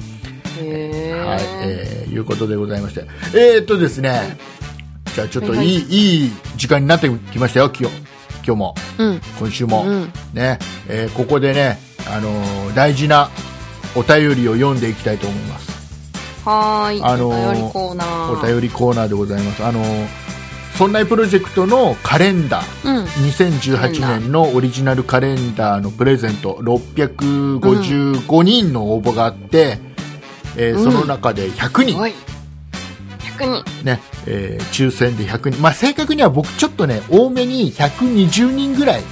え、
はい、えーいうことでございまして。えー、っとですね、じゃあちょっといい、
はいい
い、時間になってきましたよ、今日、今日も、
うん
今週も。
うん
ね、えーここでね、あのー大事なお便りを読んでいきたいと思います。
はーい、
あの
お
ー
便りコーナー
お便りコーナーでございます。あのーそんなプロジェクトのカレンダー。
うん
2018年のオリジナルカレンダーのプレゼント655人の応募があって、えー
うん
その中で100人
おい100人
ねえー抽選で100人、まあ、正確には僕ちょっとね多めに120人ぐらい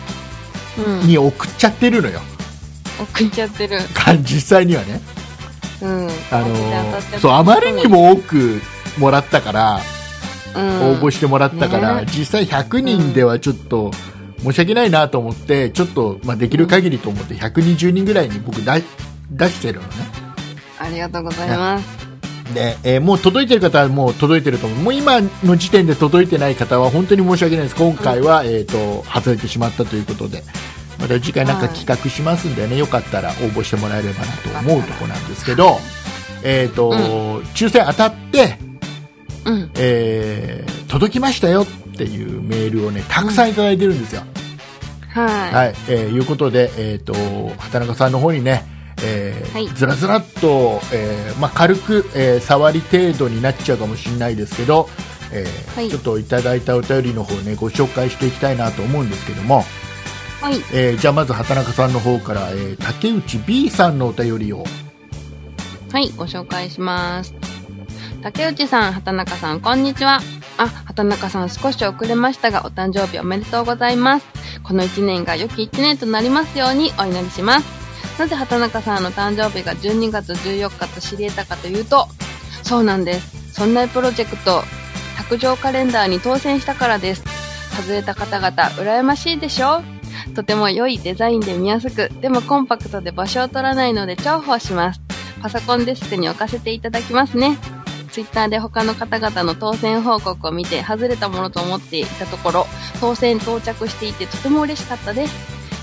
うん
に送っちゃってるのよ、
送っちゃってる
か実際にはね、
うん
あの
マジで当
ー
たってる
そうあまりにも多くもらったから、
うん
応募してもらったから、
ね
実際100人ではちょっと申し訳ないなと思ってちょっと、まあ、できる限りと思って120人ぐらいに僕だ出してるのね
ありがとうございます
で、えーもう届いてる方はもう届いてると思う。もう今の時点で届いてない方は本当に申し訳ないです。今回は、えっ、と、外れてしまったということで。また次回なんか企画しますんでね、よかったら応募してもらえればなと思うとこなんですけど、えっ、と、
うん
抽選当たって、
うん
えー届きましたよっていうメールをね、たくさんいただいてるんですよ。
はい、
はい、えーいうことで、えっ、と、畑中さんの方にね、えー
はい
ずらずらっと、えーまあ、軽く、えー触り程度になっちゃうかもしれないですけど、えー
はい
ちょっといただいたお便りの方ね、ご紹介していきたいなと思うんですけども、
はい
えーじゃあまず畑中さんの方から、えー竹内 B さんのお便りを、
はい、ご紹介します。竹内さん、畑中さん、こんにちは。あ、畑中さん、少し遅れましたが、お誕生日おめでとうございます。この1年が良き1年となりますようにお祈りします。なぜ畑中さんの誕生日が12月14日と知り得たかというと、そうなんです。そんなプロジェクト、卓上カレンダーに当選したからです。外れた方々、羨ましいでしょうとても良いデザインで見やすく、でもコンパクトで場所を取らないので重宝します。パソコンデスクに置かせていただきますね。ツイッターで他の方々の当選報告を見て、外れたものと思っていたところ、当選到着していてとても嬉しかったです。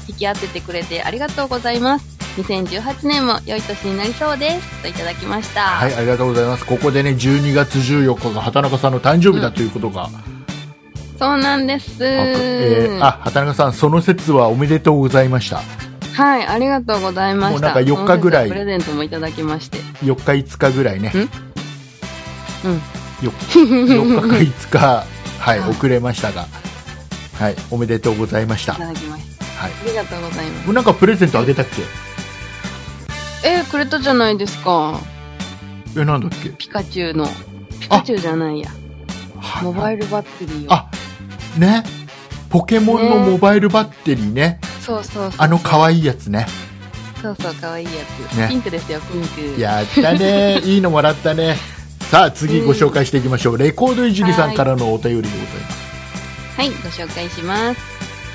引き当ててくれてありがとうございます。2018年も良い年になりそうです。といただきました。
はい、ありがとうございます。ここでね、12月14日が畑中さんの誕生日だということが、
そうなんです。
あえーあ、畑中さん、その説はおめでとうございました。
はい、ありがとうございました。
もうなんか4日ぐら
この節は
い
プレゼントもいただきまして。
4日5日ぐらいね、
うん。
よ4日か5 日、はい、
はい
遅れましたが、はい、おめでとうございました、
いた
は
だきました。
い、
ありがとうございま
もうなんかプレゼントあげたっけ
す。えーくれたじゃないですか。
えなんだっけ
ピカチュウの。ピカチュウじゃないや。
は
モバイルバッテリーを。
あねポケモンの
ね
モバイルバッテリーね
そうそうそう。
あの可愛いやつね
そうそう、かわいいやつ。
ね
ピンクですよ、ピンク。
やっ たねいいのもらったねさあ次ご紹介していきましょう、レコードいじりさんからのお便りでございます
はい、ご紹介します。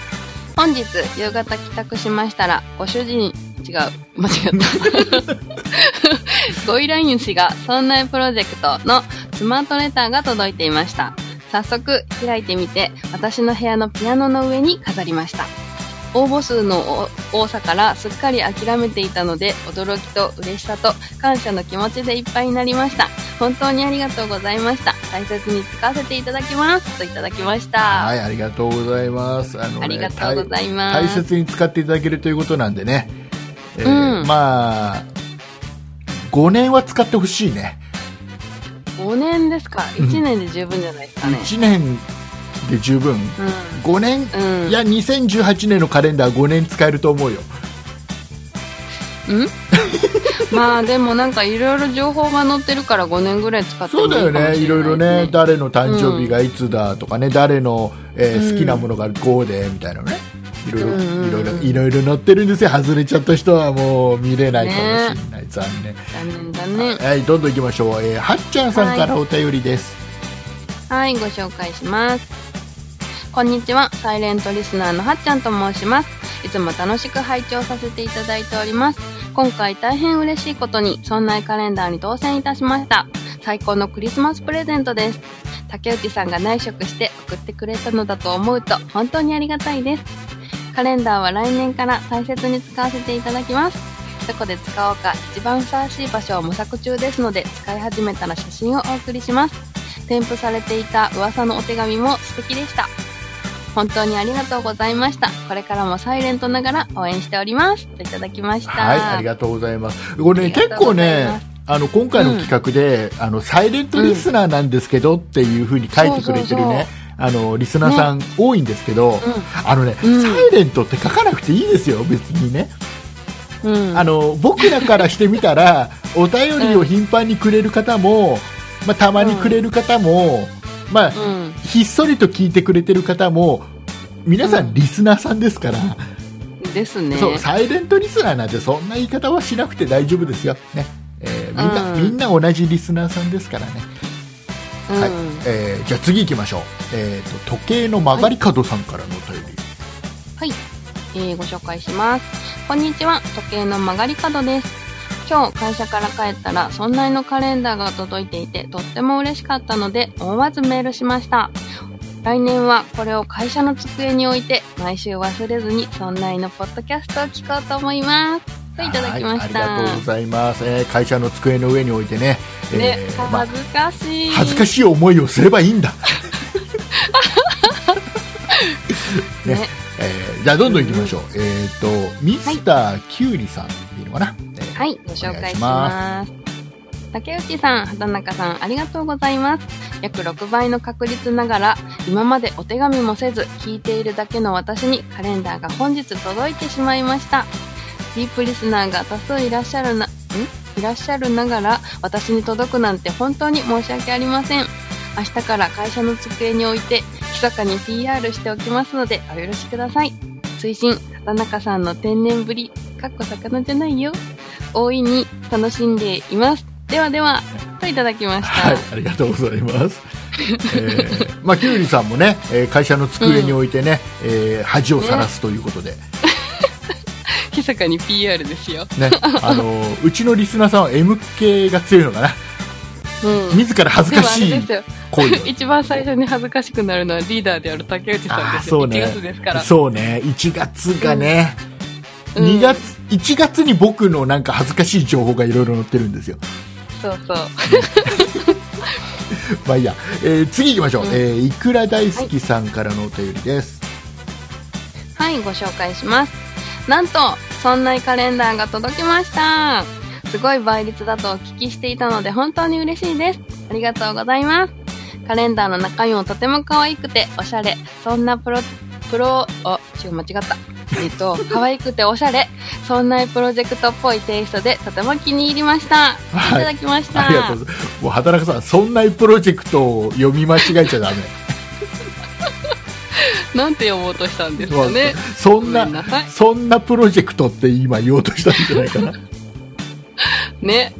本日、夕方帰宅しましたら、ご主人、違う、間 違った。ご依頼主が、そんなプロジェクトのスマートレターが届いていました。早速開いてみて、私の部屋のピアノの上に飾りました。応募数の多多さからすっかり諦めていたので、驚きと嬉しさと感謝の気持ちでいっぱいになりました。本当にありがとうございました。大切に使わせていただきます。といただきました。
はい、ありがとうございます。あのね
ありがとうございます
大大切に使っていただけるということなんでね。えー
うん
まあ、5年は使ってほしいね。
5年ですか
うん
1年で十分じゃないですかね、
1年で十分。
う
5年、
んうん、
いや、2018年のカレンダー5年使えると思うよ。
うんまあでもなんかいろいろ情報が載ってるから5年ぐらい使っても
そ
いういか
だ
もしれないですね
よね。いろいろね、誰の誕生日がいつだとかね、誰の、えー
うん
好きなものがこうで、みたいなのね。いろいろ、
うん
いろいろ、いろいろ載ってるんですよ。外れちゃった人はもう見れないかもしれない。残念。
残念だね
はい、どんどん行きましょう。えー、はっちゃんさんからお便りです。
はいご紹介しますこんにちはサイレントリスナーのはっちゃんと申しますいつも楽しく拝聴させていただいております今回大変嬉しいことにそんなカレンダーに当選いたしました最高のクリスマスプレゼントです竹内さんが内職して送ってくれたのだと思うと本当にありがたいですカレンダーは来年から大切に使わせていただきますどこで使おうか一番ふさわしい場所を模索中ですので使い始めたら写真をお送りします添付されていた噂のお手紙も素敵でした本当にありがとうございましたこれからもサイレントながら応援しておりますといただきました
はい、ありがとうございます。これね、
あり
結
がとう
構
ございます
ね、あの、今回の企画で、あの、サイレントリスナーなんですけどっていう風に書いてくれてる
そうそう
ね、あの、リスナーさん多いんですけど、あのね、
うん
サイレントって書かなくていいですよ、別にね。
うん、うん、
あの、僕らからしてみたら、お便りを頻繁にくれる方も、まあ、たまにくれる方も、まあ、
うん
ひっそりと聞いてくれてる方も、皆さ
うん
んリスナーさんですから、
ですね
そうサイレントリスナーなんてそんな言い方はしなくて大丈夫ですよ、ねえーみんな
うん
みんな同じリスナーさんですからね、
うん
はいえーじゃあ次行きましょう、えーと時計の曲がり角さんからのお便り、
はい、えーご紹介します。こんにちは、時計の曲がり角です。今日会社から帰ったら、そんなにのカレンダーが届いていて、とっても嬉しかったので、思わずメールしました。来年はこれを会社の机に置いて、毎週忘れずに、そんなにのポッドキャストを聞こうと思います。といただきました。
はいありがとうございます、えー会社の机の上に置いてね、えー
ね、
まあ
恥ずかしい。
恥ずかしい思いをすればいいんだね
ね
えーじゃあどんどん行きましょう、えっ、とミスターキュウリさんっていうのかな、えー
はい、ご紹介します。竹内さん、畑中さん、ありがとうございます。約6倍の確率ながら、今までお手紙もせず、聞いているだけの私にカレンダーが本日届いてしまいました。ディープリスナーが多数いらっしゃるな、んいらっしゃるながら、私に届くなんて本当に申し訳ありません。明日から会社の机に置いて、密かに PR しておきますので、お許しください。推進、畑中さんの天然ぶり、かっこ魚じゃないよ。大いに楽しんでいます。ではでは、といただきました。
はい、 ありがとうございます。えー、まあ、きゅうりさんもね、えー会社の机に置いてね、えー恥をさらすということで、ね、
密かに PR ですよ。
あのーうちのリスナーさんは MK が強いのかな、
うん。
自ら恥ずかし
でもあれ
い
ですよ。
行為を
一番最初に恥ずかしくなるのはリーダーである竹内さん
あ
で
ー
すよ。
そうね
1月ですから。
そうね、1月がね、
うん
2月、1月に僕のなんか恥ずかしい情報がいろいろ載ってるんですよ。
そうそう。
まあいいや、えー次行きましょう、
うん
えーいくら大好きさんからのお便りです。
はい、ご紹介します。なんと、そんなカレンダーが届きました。すごい倍率だとお聞きしていたので本当に嬉しいです。ありがとうございます。カレンダーの中身もとても可愛くておしゃれ。そんなプロ、プロ、あ、違う、間違った。えっ と、可愛くておしゃれ。そんなプロジェクトっぽいテイストでとても気に入りました。
はい
いただきました。
ありがとうございます。もう働くさん、そんなプロジェクトを読み間違えちゃダメ。
なんて呼ぼうとしたんですかね。
そんな
ごめんなさい
そんなプロジェクトって今言おうとしたんじゃないか な
ね。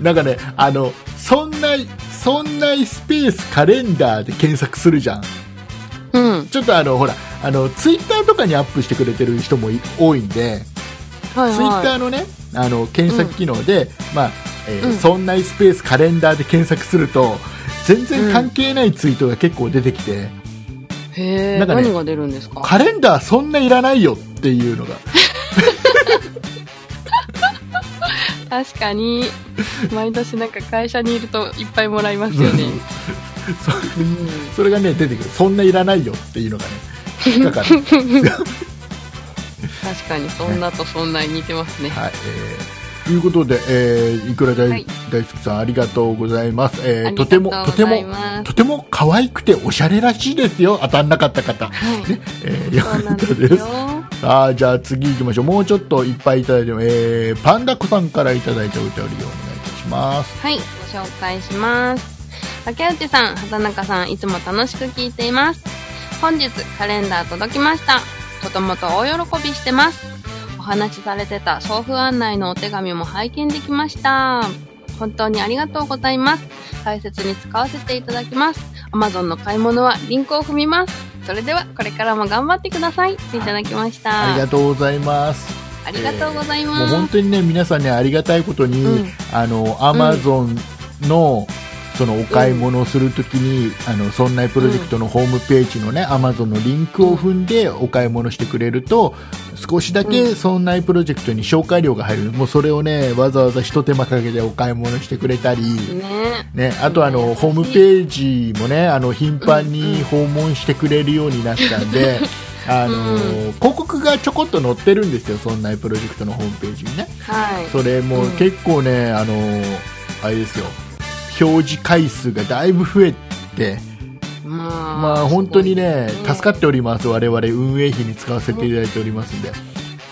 なんかねあのそんなそんなスペースカレンダーで検索するじゃん
うん。
ちょっとあのほらあのツイッターとかにアップしてくれてる人もい多いんで、
はい、はい。
ツイッターのねあの検索機能で、まあえ
うん
ーそんなスペースカレンダーで検索すると全然関係ないツイートが結構出てきて、
へえ、
なんかね
何が出るんですか
カレンダーそんないらないよっていうのが
確かに毎年なんか会社にいるといっぱいもらいますよね、
それがね出てくるそんないらないよっていうのがね引っかかる、
確かにそんなとそんなに似てますね
はいえーということで、えーいくら大,、
はい
大好きさんありがとうございます、え
あ
ー
り
と
が
て
とう
も
ご
とて
ざい
も
ます
とても可愛くておしゃれらしいですよ当たんなかった方、
はい
ねえーよ
そう
か
な
っ
んで
た
す
です
よ
あーじゃあ次行きましょうもうちょっといっぱいいただいても、えーパンダ子さんからいただいたお便りをお願いいたします
はい、ご紹介します。竹内さん、畑中さん、いつも楽しく聞いています。本日、カレンダー届きました。子供と大喜びしてます。お話しされてた送付案内のお手紙も拝見できました。本当にありがとうございます。大切に使わせていただきます。Amazon の買い物はリンクを踏みます。それでは、これからも頑張ってください。っていただきまし
あり
た。
がとうございます
ありがとうござい
も
ま
う
す。
本当にね皆さんねありがたいことに、
うん
あのアマゾンの、そのお買い物をするときに、あのそんなプロジェクトのホームページのね、アマゾンのリンクを踏んでお買い物してくれると少しだ
う
けそんなプロジェクトに紹介料が入る、もうそれをねわざわざひと手間かけてお買い物してくれたり、
ね
ね、あとあの、
うん
ホームページもねあの頻繁に訪問してくれるようになったんで、あの広告がちょこっと載ってるんですよ、そんなプロジェクトのホームページにね。
はい。
それも
うん
結構ね、あのあれですよ表示回数がだいぶ増えて、
まあ
まあ、本当にね
すごい
助かっております、我々運営費に使わせていただいておりますんで。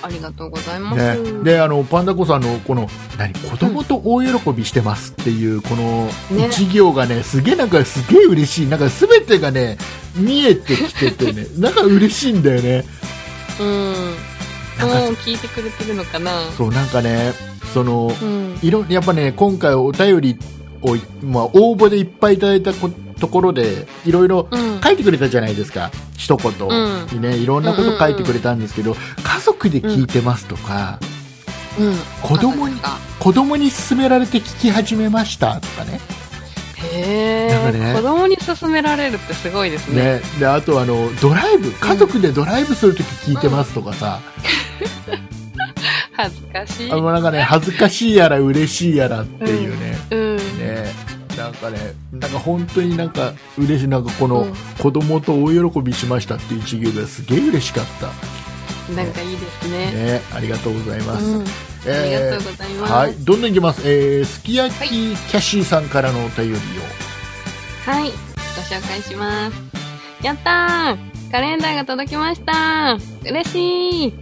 ありがとうございます。
ね、であのパンダ子さんのこの何子供と大喜びしてますっていうこの
ね
一行がねすげえなんかすげえ嬉しいなんか全てがね見えてきててねなんか嬉しいんだよね
うん。
なんか
もう聞いてくれてるのかな。
そうなんかねその
うん。
いろやっぱね今回お便りを、まあ、応募でいっぱいいただいたこところでいろいろ
うん。
書いてくれたじゃないですか一言
ん
にねいろんなこと書いてくれたんですけど家族で聞いてますとか、
うん。
子供に
か。
子供に勧められて聞き始めましたとかね
へ
なんか
え。
ね
子供に勧められるってすごいですね。
ね、であとあのドライブ家族でドライブするとき聞いてますとかさ、
恥ずかしい。
あ
う
のなんかね恥ずかしいやら嬉しいやらっていうね,、
ん。
ねなんかねなんか本当になんか嬉しいなんかこ
う
の
ん
子供と大喜びしましたっていう一行がすげえ嬉しかっ
なんかいいです
た、
ね。
ね、ありがとうございます、
うん。あり
え
が
ー
とうございます。
はい、どんどんいきます、えー、すき焼
はい
きキャッシーさんからのお便りを、
はい、ご紹介します。やったーカレンダーが届きました嬉しい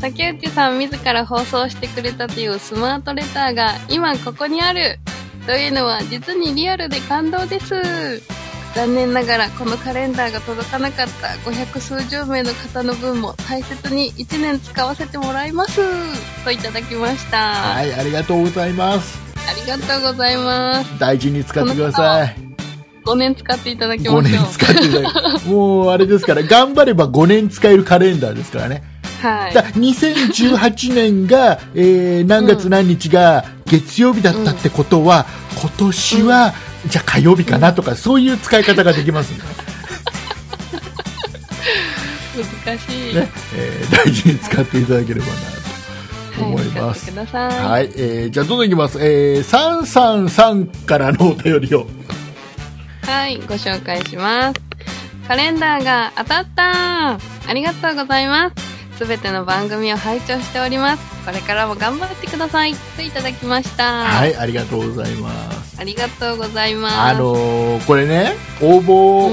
竹内さん自ら放送してくれたというスマートレターが今ここにあるというのは実にリアルで感動です残念ながらこのカレンダーが届かなかった500数十名の方の分も大切に1年使わせてもらいますといただきました、
はいありがとうございます
ありがとうございます
大事に使ってください
5年使っていただきましょ
5
う
年使っていただくもうあれですから頑張れば5年使えるカレンダーですからね、
はい
だ2018年が、えー何月何日が月曜日だったってことは、今年は、じゃあ火曜日かなとか、そういう使い方ができますんでね、
難しい、
ねえー大事に使っていただければなと思い
はい、
ます
使ってください、
はい、えーじゃあどんどんいきます、えー、333からのお便りを
はい、ご紹介します。カレンダーが当たったありがとうございます。すべての番組を拝聴しております。これからも頑張ってください。といただきました。
はいありがとうございます
ありがとうございます。
あのーこれね応募、
う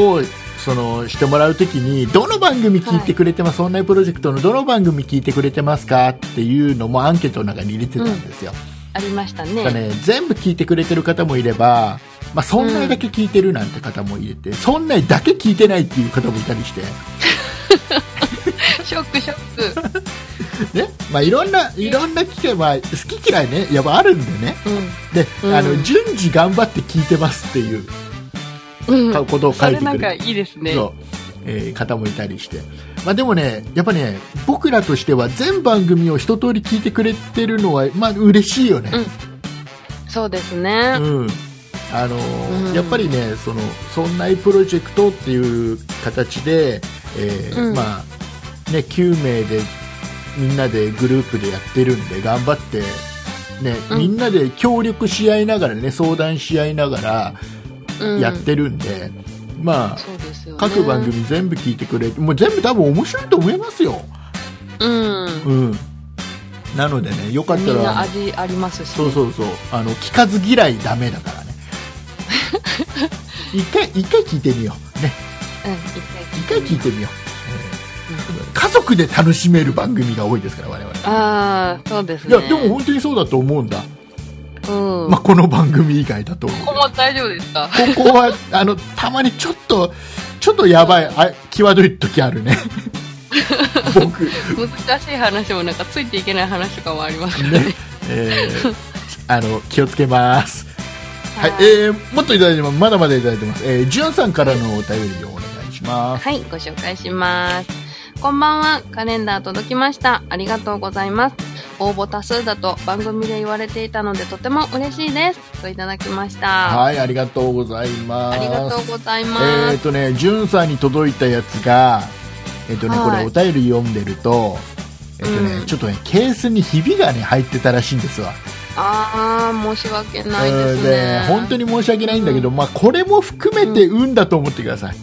ん、
をそのしてもらうときにどの番組聞いてくれてます、そんなプロジェクトのどの番組聞いてくれてますかっていうのもアンケートの中に入れてたんですよ、
ありました
だか
ね。
らね、全部聞いてくれてる方もいれば、まあ、そんなだけ聞いてるなんて方もいれて、そんなだけ聞いてないっていう方もいたりして、
ショックショック。
ねまあ、いろんないろんな機会、まあ、好き嫌いねやっぱあるんでね で、
うん
あの順次頑張って聞いてますっていう
うん。うん。
ことを書
そ
い
れ
て
な
く
ん
れ
か
て
いいですね。
そう、えー方もいたりして、まあ、でもね、やっぱね、僕らとしては全番組を一通り聞いてくれてるのは、まあ嬉しいよね、
うんそうですね。
うんあの
うん
やっぱりねその「そんないプロジェクト」っていう形で、えー
うん
まあね、9名でみんなでグループでやってるんで頑張って、ね
うん
みんなで協力し合いながらね相談し合いなが
う
ら
ん
やってるんで、まあ
そうですよね。
各番。組全部聞いてくれてもう全部多分面白いと思いますよ、
うん。
うん、なのでねよかっ
み
た
んな
ら
味ありますし。
そうそうそうあの聞かず嫌いダメ だからね一回一回聞いてみようね
うん。
一回聞いてみよう、えー家族で楽しめる番組が多いですから我々い
ああ、そうですね。
やでも本当にそうだと思うんだ、
うん。
まあ、この番組以外だと思う
ここも大丈夫ですか
ここはあのたまにちょっとちょっとやばいあ際どい時あ るね僕
難しい話もなんかついていけない話とかもありますからね。
ね、えー あの気をつけます。はい、
はい
えー、もっといただいてます。まだまだいただいてます。えー、じゅんさんからのお便りをお願いします。
はい、ご紹介します。こんばんは。カレンダー届きました。ありがとうございます。応募多数だと番組で言われていたのでとても嬉しいです。といただきました。
はい、ありがとうございま
あ
す。
りがとうございま
えっ、
す。
とね、じゅんさんに届いたやつが、えっ、とね、こ
は
れ
い
お便り読んでると、えっ、とね、
うん
ちょっとね、ケースにひびがね、入ってたらしいんですわ。
あー、申し訳ないです
うんで
ね。
本当に申し訳ないんだけど、まあ、これも含めて運だと思ってく ださい。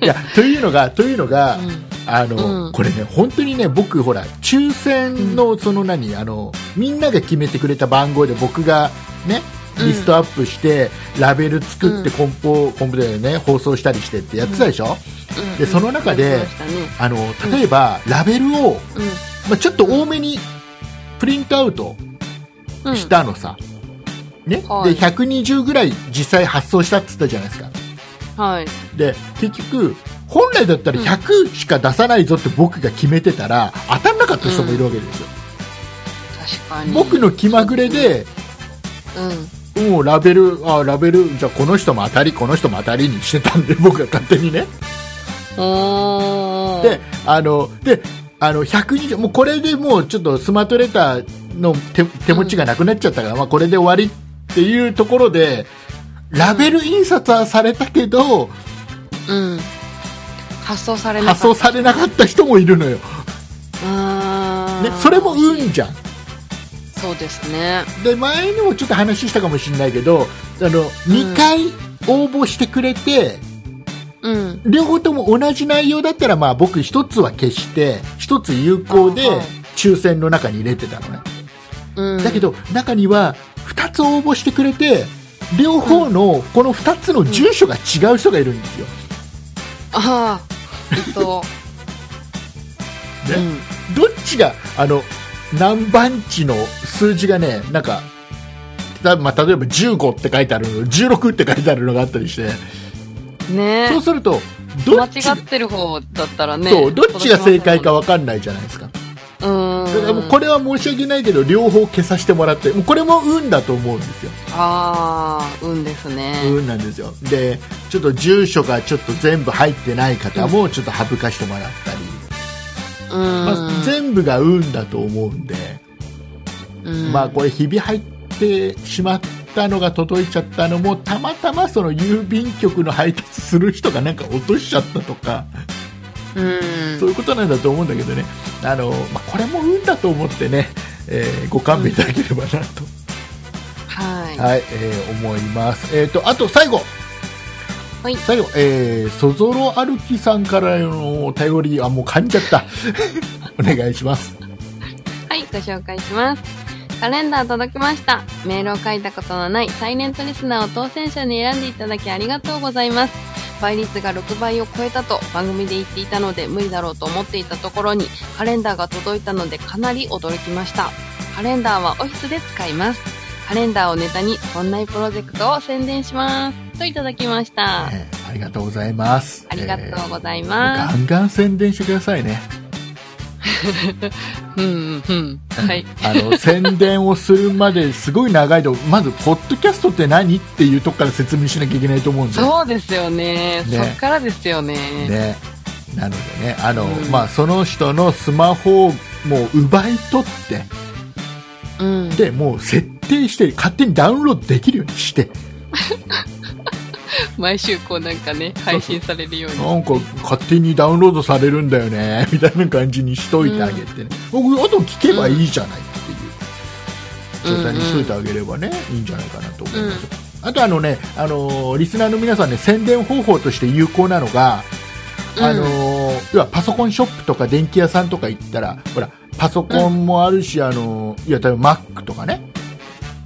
いや、というのが、というのが、あの、
うん
これね本当にね僕ほら抽選のその何、あのみんなが決めてくれた番号で僕がね
うん
リストアップして、ラベル作って
う
梱包梱包でね放送したりしてってやってたでしょ、
うんうん
でその中で
うんそうしたね
あの例えば、ラベルを、まあ、ちょっと多めにプリントアウト
うんうん
したのさ、ね
はい
で120ぐらい実際発送したって言ったじゃないですか
はい。
で結局本来だったら100しか出さないぞって僕が決めてたら当たんなかった人もいるわけですよ、
確かに。
僕の気まぐれで
うん。
もうラベルあラベルじゃあこの人も当たりこの人も当たりにしてたんで僕が勝手にね
おー。
であのであの120もうこれでもうちょっとスマートレターの手手持ちがなくなっちゃったから、まあ、これで終わりっていうところでラベル印刷はされたけど
うん。発送されなかっ
発
た。
送されなかった人もいるのよ、
あ
ね
ー、
それも運じゃん
そうですね。
で前にもちょっと話したかもしれないけどあの2回応募してくれて、
うん。
両方とも同じ内容だったらまあ僕1つは消して1つ有効で
あはい
抽選の中に入れてたのね、
うん、
だけど中には2つ応募してくれて両方のこの2つの住所が違う人がいるんですよ、
ああ、えっと、う
ね
ん、
どっちがあの何番地の数字がねなんかたまあ、例えば15って書いてあるの16って書いてあるのがあったりして
ね
そうするとど
間
っ
違
ち
ってる方だったらね。
そうどっちが正解か分かんないじゃないですか、
う
だからも
ー。
うんこれは申し訳ないけど両方消させてもらってもうこれも運だと思うんですよ、
ああ、運ですね。
運なんですよでちょっと住所がちょっと全部入ってない方もちょっと省かしてもらった
う
り、
ん。
まあ、全部が運だと思うんで、
うん
まあこれひび入ってしまったのが届いちゃったのもたまたまその郵便局の配達する人がなんか落としちゃったとか
うん
そういうことなんだと思うんだけどね、あのまあ、これも運だと思ってね、えーご勘弁いただければなと、
は
はいえー思います。えー、とあと最後
はい
最後、えー、そぞろ歩きさんからのお便り、あ、もう噛んじゃ った。お願いします。
い。はい、ご紹介します。カレンダー届きました。メールを書いたことのないサイレントリスナーを当選者に選んでいただきありがとうございます。倍率が6倍を超えたと番組で言っていたので無理だろうと思っていたところにカレンダーが届いたのでかなり驚きました。カレンダーはオフィスで使います。カレンダーをネタにこんなプロジェクトを宣伝します。といただきました。
えーありがとうございます。
ありがとうござい
えー
ま
ガ
す。
ンガン宣伝してくださいね。
うんうんうん。はい。
あの、宣伝をするまですごい長いと、まず、ポッドキャストって何っていうとこから説明しなきゃいけないと思うんですよ。
そうですよね。
ね
そっからですよね。
ね。なのでね、あの、
うん
まあ、その人のスマホをもう奪い取って、
うん。
でもう設定して勝手にダウンロードできるようにして
毎週こうなんかね、配信されるように。
なんか勝手にダウンロードされるんだよね みたいな感じにしといてあげてね、僕あと聞けばいいじゃないっていう状態にしといてあげればね、いいんじゃないかなと思います、あとあのね、あのーリスナーの皆さんね宣伝方法として有効なのが、あのー要はパソコンショップとか電気屋さんとか行ったらほらパソコンもあるし、あのーいや例えば Mac とかね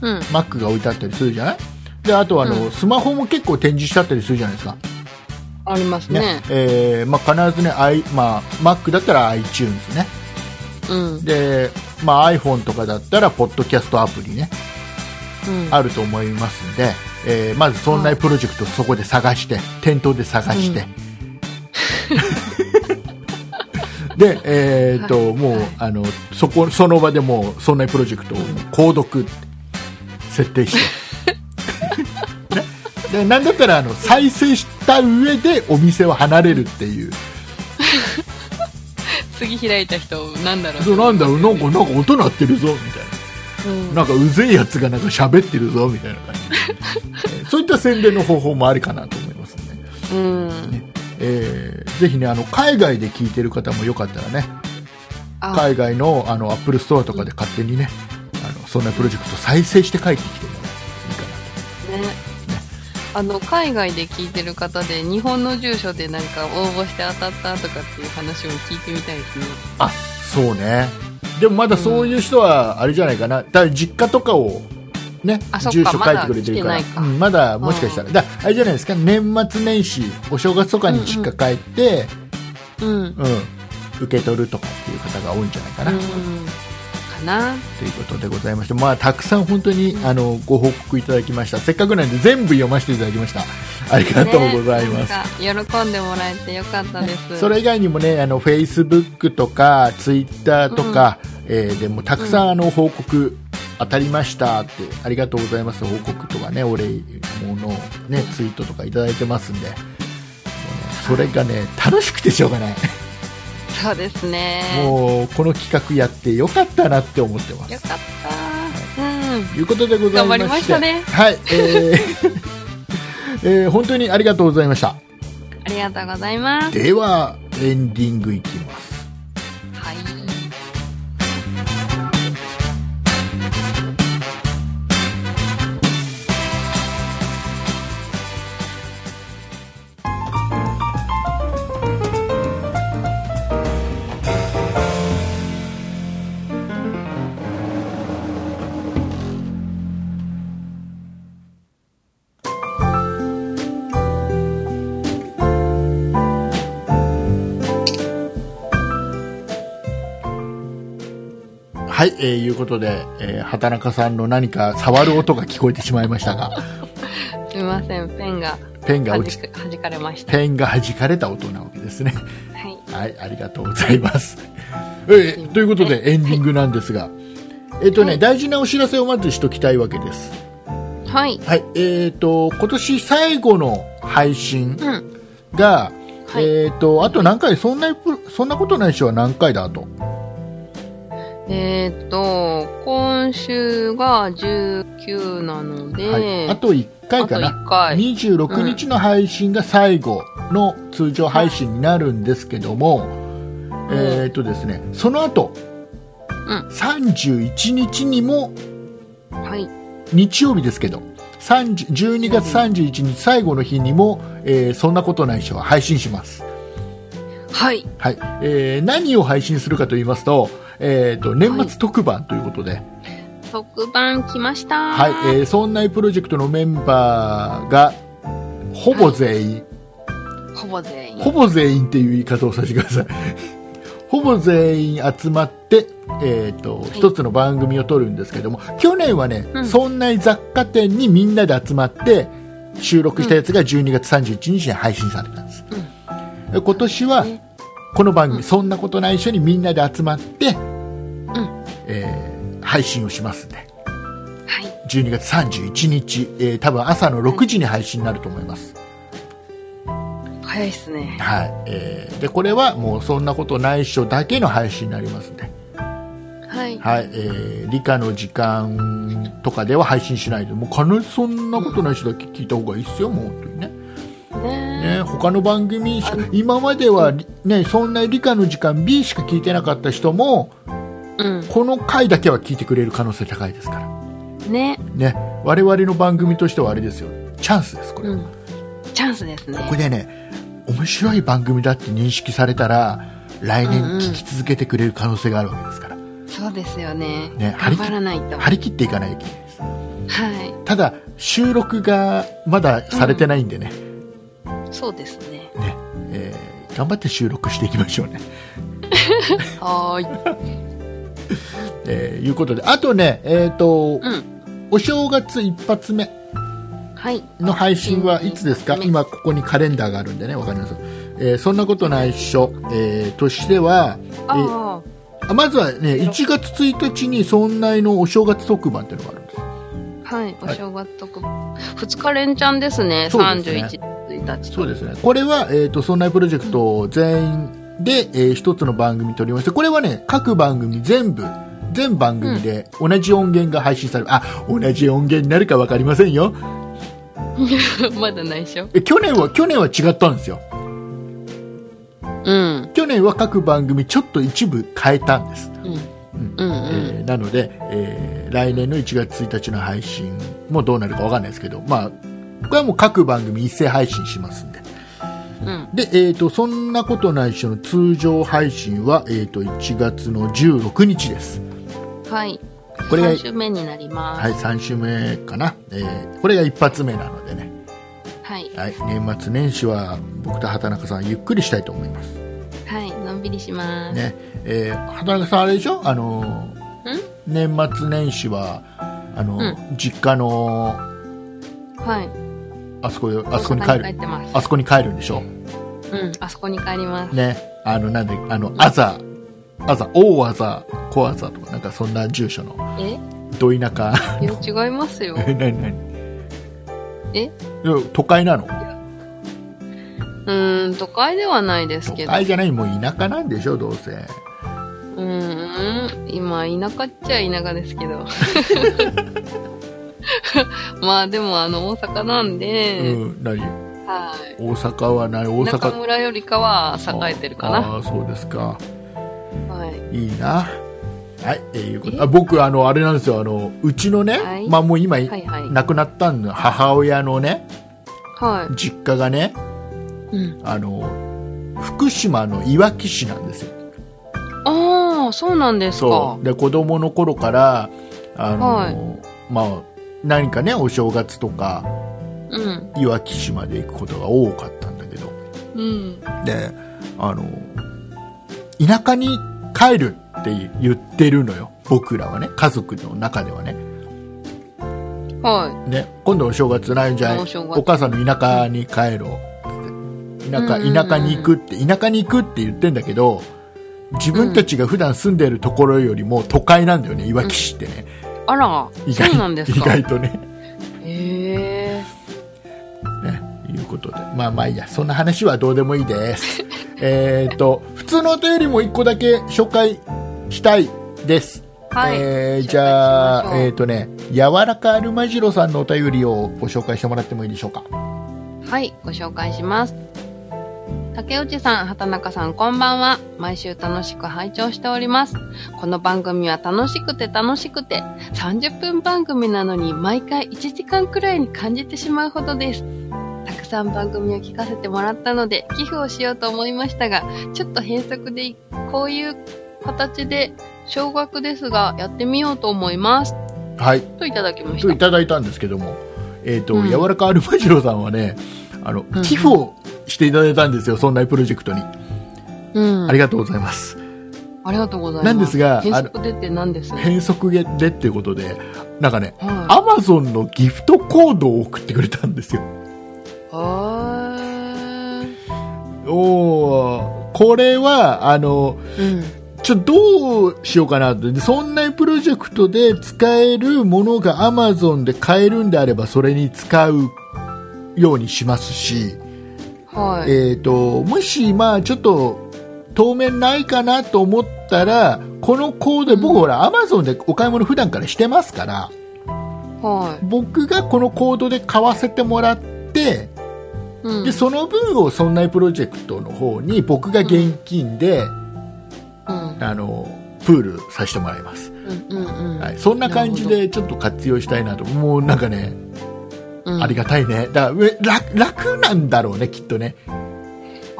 うん。うん。
Mac が置いてあったりするじゃないであとあの、
うん
スマホも結構展示してあったりするじゃないですか
あります
ね
ね。
えーまあ、必ずね、I まあ、Mac だったら iTunes ね
うん。うん。
で、まあ、iPhone とかだったらポッドキャストアプリねあると思いますんで、えーまずそんなプロジェクトそこで探して店頭で探して、で、えーっともうあのそこその場でもうそんなプロジェクトを購読って設定して、ね、でなんだったらあの再生した上でお店を離れるっていう
次開いた人、なんだろう。
そうなんだろうなんかなんか音鳴ってるぞみたいな
うん。
なんかうぜえやつがなんか喋ってるぞみたいな感じでえーそういった宣伝の方法もありかなと思いますね、
うん。
えーぜひねあの海外で聞いてる方もよかったらね
あ、
海外のあのアップルストアとかで勝手にねあのそんなプロジェクト再生して帰ってきてもらっていいかなと
ね。あの、海外で聞いてる方で、日本の住所でなんか応募して当たったとかっていう話を聞いてみたいですね。
あそうねでもまだそういう人はあれじゃないかな、だから実家とかをね
あそっか
住所書いてくれてるか
まだ来てな
ら
いか
うんまだもしかしたらだあれじゃないですか年末年始お正月とかに実家帰って、
うん。
うん受け取るとかっていう方が多いんじゃないかな、
うん
と。
かな。
いうことでございまして、まあ、たくさん本当にあのご報告いただきましたせっかくなんで全部読ませていただきました ありがとうございます、
ねなんか喜んでもらえてよかったです。
それ以外にもねあのフェイスブックとかツイッターとか、えーでもたくさんあの報告当たりましたってありがとうございます報告とかねお礼ものをねツイートとかいただいてますんでもうねそれがね楽しくてしょうがない
そうですね。
もうこの企画やってよかったなって思ってます
よかった。うん。
ということでございま
頑
して
張りましたね
はいえー えー本当にありがとうございました
ありがとうございます。
ではエンディングいきます
はい。
はい、えー、いうことで、えー、畑中さんの何か触る音が聞こえてしまいましたが、
すみません、ペンが
ペンが
は
落
じ
ち、
くはじかれました。
ペンが弾かれた音なわけですね。
はい。
はい、ありがとうございます。えー、ということで、エンディングなんですが、えっ、とね、大事なお知らせをまずしときたいわけです。
はい。
はい、えっ、と、今年最後の配信
うん。
が、
はい
えっ、と、あと何回、そんな、そんなことないしは何回だと。
えーっと、今週が19なので、
はい、あと1回かな。
あと一回
26日の配信が最後の通常配信になるんですけども、えーっとですね、その後、
ん
31日にも
はい。
日曜日ですけど30 12月31日最後の日にも、えーそんなことない人は配信します、
はい。
はいえー何を配信するかと言いますと,、えー、と年末特番ということで、
特番来ました。
はい、えー、そんなプロジェクトのメンバーがほぼ全員、
ほぼ全員。
ほぼ全員っていう言い方をさせてください。 ほぼ全員集まって、えっ、と、一つの番組を撮るんですけども、去年はね、
うん
そんな雑貨店にみんなで集まって、収録したやつが12月31日に配信されたんです。で今年は、この番組、そんなことない一緒にみんなで集まって、えー配信をしますんで、
はい。
12月31日、えー多分朝の6時に配信になると思います。
早いっすね。
はいえーでこれはもうそんなことないっしょだけの配信になりますんで、
はい。
はい、えー理科の時間とかでは配信しないで、もう必ずそんなことない人だけ聞いた方がいいですよ、もう本当にね。
ね
ね、他の番組しか
あの、
今までは、ね、そんな理科の時間 B しか聞いてなかった人も、
うん。
この回だけは聞いてくれる可能性高いですから。
ね。
ね、我々の番組としてはあれですよ、チャンスです、これ
う
は。
ん。チャンスですね。
ここでね、面白い番組だって認識されたら、来年
うんうん
聞き続けてくれる可能性があるわけですから。
そうですよね。
ね
頑
張り切っ
張らないと。
張
はい。
り切っていかないといけないです。ただ収録がまだされてないんでね,、
そうですね。
ねえー頑張って収録していきましょうね。
はーい。
えーいうことであとね、えーと
うん。
お正月一発目
はい。
の配信はいつですか
うん
今ここにカレンダーがあるんでねわかります、えーそんなことないっしょ、えーとしては、えー
あ
まずはね1月1日に「村内のお正月特番」っていうのがあるんです
あ。はい。お正月とか。二日連チャンですね。
そう
三
です
十
ね
一1日。
そうですね。これは、えっ、と、そんなプロジェクト全員で、えー一つの番組撮りまして、これはね、各番組全部、全番組で同じ音源が配信される。あ、同じ音源になるかわかりませんよ。
まだ内緒。
え去年は、去年は違ったんですよ。
うん。
去年は各番組ちょっと一部変えたんです。
うん。
うん
うん
え
うん。
ーなので、えー来年の1月1日の配信もどうなるかわかんないですけど、まあ、これはもう各番組一斉配信しますんで。
うん。
で、えー、とそんなことないっしょの通常配信は、えー、と1月の16日です
はい。
これが
三週目になります。
はい3週目かな、えーこれが一発目なのでね、
はい。
はい、年末年始は僕と畑中さんゆっくりしたいと思います
はい。のんびりします。
ね、えー畑中さんあれでしょあのー年末年始はあのー、実家の
んはい。
あそこよあそこに帰
大阪に帰
る
ってます。
あそこに帰るんでしょ
うん。あそこに帰ります。
ねあのなんであのあざあざ大あざ小あざとかなんかそんな住所の
え
ど田舎
いや違いますよ。
え何何
え
いや都会なの
うーん、都会ではないです
都
けど。
会じゃないもう田舎なんでしょどうせ
うーん、今、田舎っちゃ田舎ですけ ど。 まあ、でも、あの、大阪なんで、
うん何
はい。
大阪はない大
中
阪
村よりかは栄えてるか
あ
な。
あそうですか
はい。
いいなはいえーいうことあ僕あのあれなんですよあのうちのね、
はい
まあもう今、
はいはい。
亡くなったんの母親のね
は
実家がね
い。うん。
あの福島のいわき市なんですよ
ああ、そうなんです
そ
か
う。で子供の頃からあの、
はい
まあ何かねお正月とか
うん。
いわき市まで行くことが多かったんだけど
うん。
であの田舎に帰るって言ってるのよ僕らはね家族の中ではね
は
ね今度お正月ないんじゃない
お正月
お母さんの田舎に帰ろうって田舎
うんうんうん
田舎に行くって田舎に行くって言ってんだけど自分たちが普段住んでるところよりも都会なんだよねいわき市ってね、
い。あら、
意
そ
外
うなんです
意
か。
外とね
へえ。
ね、いうことで。まあまあいいや、そんな話はどうでもいいです。 えっと、普通のお便りも一個だけ紹介したいです。
はい
えーじ
紹
ゃ
介しまし
あ、
ょう
えっ、とね、柔らかアルマジロさんのお便りをご紹介してもらってもいいでしょうか。
はい、ご紹介します。竹内さん、畑中さん、こんばんは。毎週楽しく拝聴しております。この番組は楽しくて楽しくて、30分番組なのに毎回1時間くらいに感じてしまうほどです。たくさん番組を聞かせてもらったので、寄付をしようと思いましたが、ちょっと変則で、こういう形で、少額ですが、やってみようと思います。
はい。
といただきまし
と
た
い。ただいたんですけども、えっ、と、
うん
柔らかアルマジロさんはね、あの
んうん、
寄付をしていただいたんですよ、そんなプロジェクトに。
うん
あり。がとうございます。
ありがとうございます。
なんですが
変
あの
則でって何ですはい。
変則でっていうことで、なんかね、アマゾンのギフトコードを送ってくれたんですよ。
はー
おーこれは、あの、
うん。
ちょ、どうしようかなって。でそんなプロジェクトで使えるものが Amazon で買えるんであれば、それに使うようにしますし、
はい。
えっ、と、もし、まあ、ちょっと、当面ないかなと思ったらこのコードで僕ほらアマゾンでお買い物普段からしてますから
はい。
僕がこのコードで買わせてもらって
うん
でその分をそんなプロジェクトの方に僕が現金で、
うん
あのプールさせてもらいます、
うんうんうん
はい、そんな感じでちょっと活用したいなともうなんかね、ありがたいねだからえ楽楽なんだろうねきっとね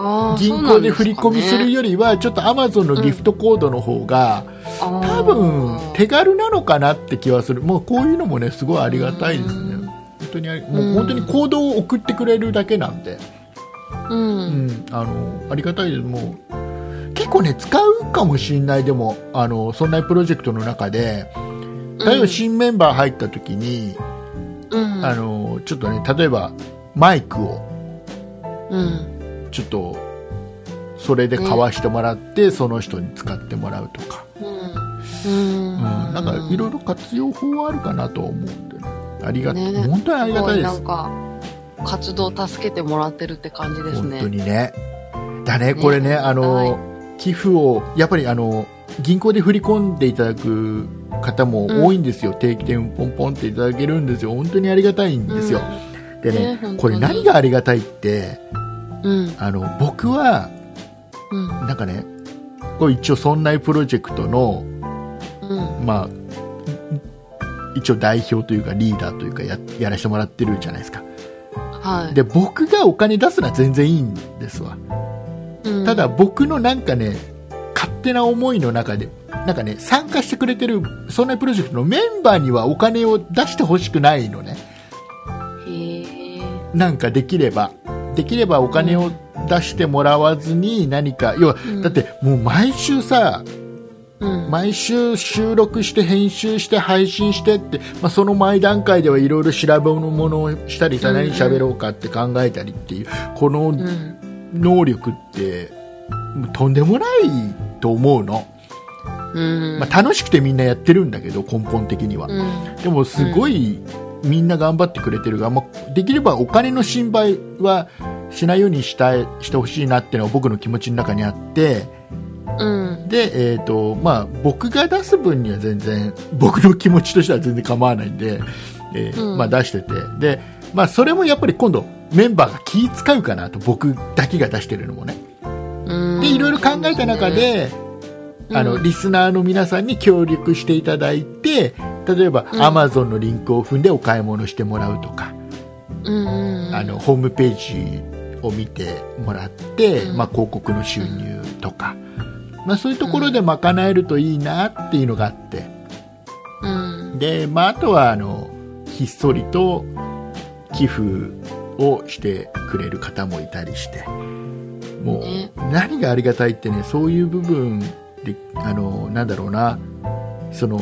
あー
銀
そうな
行
ん
です
か
振
ね
り込みするよりはちょっとアマゾンのギフトコードの方が、
あー
多分手軽なのかなって気はするもうこういうのもねすごいありがたいですね、
うん
本当にありもう本当に行動を送ってくれるだけなんで、
うん
うん、あのありがたいですもう結構ね使うかもしれないでもあのそんなプロジェクトの中で例えば新メンバー入った時に、
うん
あのちょっとね例えばマイクを
うん
ちょっとそれで買わしてもらって、その人に使ってもらうとか、
うん
う、
うんん
なんかいろいろ活用法はあるかなと思うんでねありがたい、
ね
本当にありがたいです
すごなんか活動助けてもらってるって感じです
本
ね
当にね。だね、
ね
これね、
は
あ
い
の、寄付を、やっぱりあの、銀行で振り込んでいただく方も多いんですよ。定期券ポンポンっていただけるんですよ。本当にありがたいんですよ。でね
ね本当に
これ何がありがたいって、
うん
あの、僕は、
うん
なんかね、これ一応、そんなプロジェクトの、
うん
まあ、一応代表というかリーダーというかややらせてもらってるじゃないですか。
はい
で、僕がお金出すのは全然いいんですわ。
うん
ただ僕のなんかね勝手な思いの中でなんかね参加してくれてるそんなプロジェクトのメンバーにはお金を出してほしくないのね
へえ
なんかできればできればお金を出してもらわずに何か要は
うん
だってもう毎週さ
うん
毎週収録して編集して配信してって、まあ、その前段階ではいろいろ調べ物をしたりさ
うんうん
何喋ろうかって考えたりっていうこの
うん
能力ってもうとんでもないと思うの。
うん
まあ、楽しくてみんなやってるんだけど根本的には、
うん
でもすごいみんな頑張ってくれてるが、まあ、できればお金の心配はしないようにしたいしてほしいなっていうのは僕の気持ちの中にあって
うん
で、えーとまあ、僕が出す分には全然 僕の気持ちとしては全然構わないんで、えー
うん
まあ、出しててで、まあ、それもやっぱり今度メンバーが気使うかなと僕だけが出してるのもね
うん
でいろいろ考えた中で、
うん
あのリスナーの皆さんに協力していただいて例えば、
うん
Amazon のリンクを踏んでお買い物してもらうとか、
うんうん
あのホームページを見てもらって、
うん
まあ、広告の収入とか、まあ、そういうところで賄えるといいなっていうのがあって
うん
で、まあ、あとはあのひっそりと寄付をしてくれる方もいたりしても
ね
う何がありがたいってねそういう部分であのなんだろうなその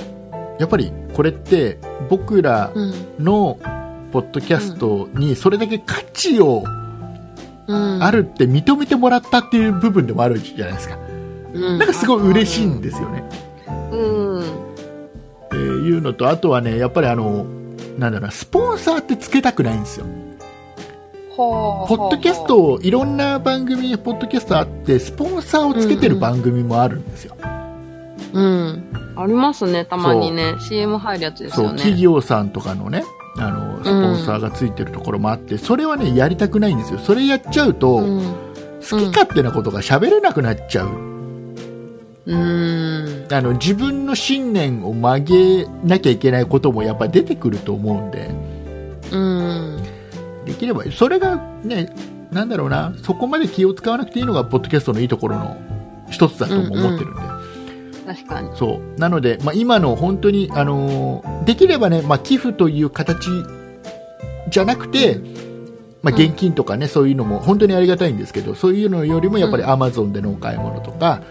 やっぱりこれって僕ら
うん
のポッドキャストにそれだけ価値を
うん
あるって認めてもらったっていう部分でもあるじゃないですか
な
なんかすごい嬉しいんですよね
うん
っていうのとあとはねやっぱりあのなんだろうなスポンサーってつけたくないんですよ
ほう
ポッドキャス
ほう
トいろんな番組ポッドキャストあってスポンサーをつけてる番組もあるんですよ、
うんありますねたまにね CM 入るやつです
そう
よね
企業さんとかのねあのスポンサーがついてるところもあって、それはねやりたくないんですよそれやっちゃうと、
うん
好き勝手なことが喋れなくなっちゃう
うん
あの自分の信念を曲げなきゃいけないこともやっぱ出てくると思うんで
うん
できればそれがねなんだろうなそこまで気を使わなくていいのがポッドキャストのいいところの一つだとも思ってるんで、
確かに
そうなので、まあ、今の本当に、あのーできればね、まあ、寄付という形じゃなくて、まあ、
うん
現金とかね、そういうのも本当にありがたいんですけどそういうのよりもやっぱり
う
Amazon でのお買い物とか、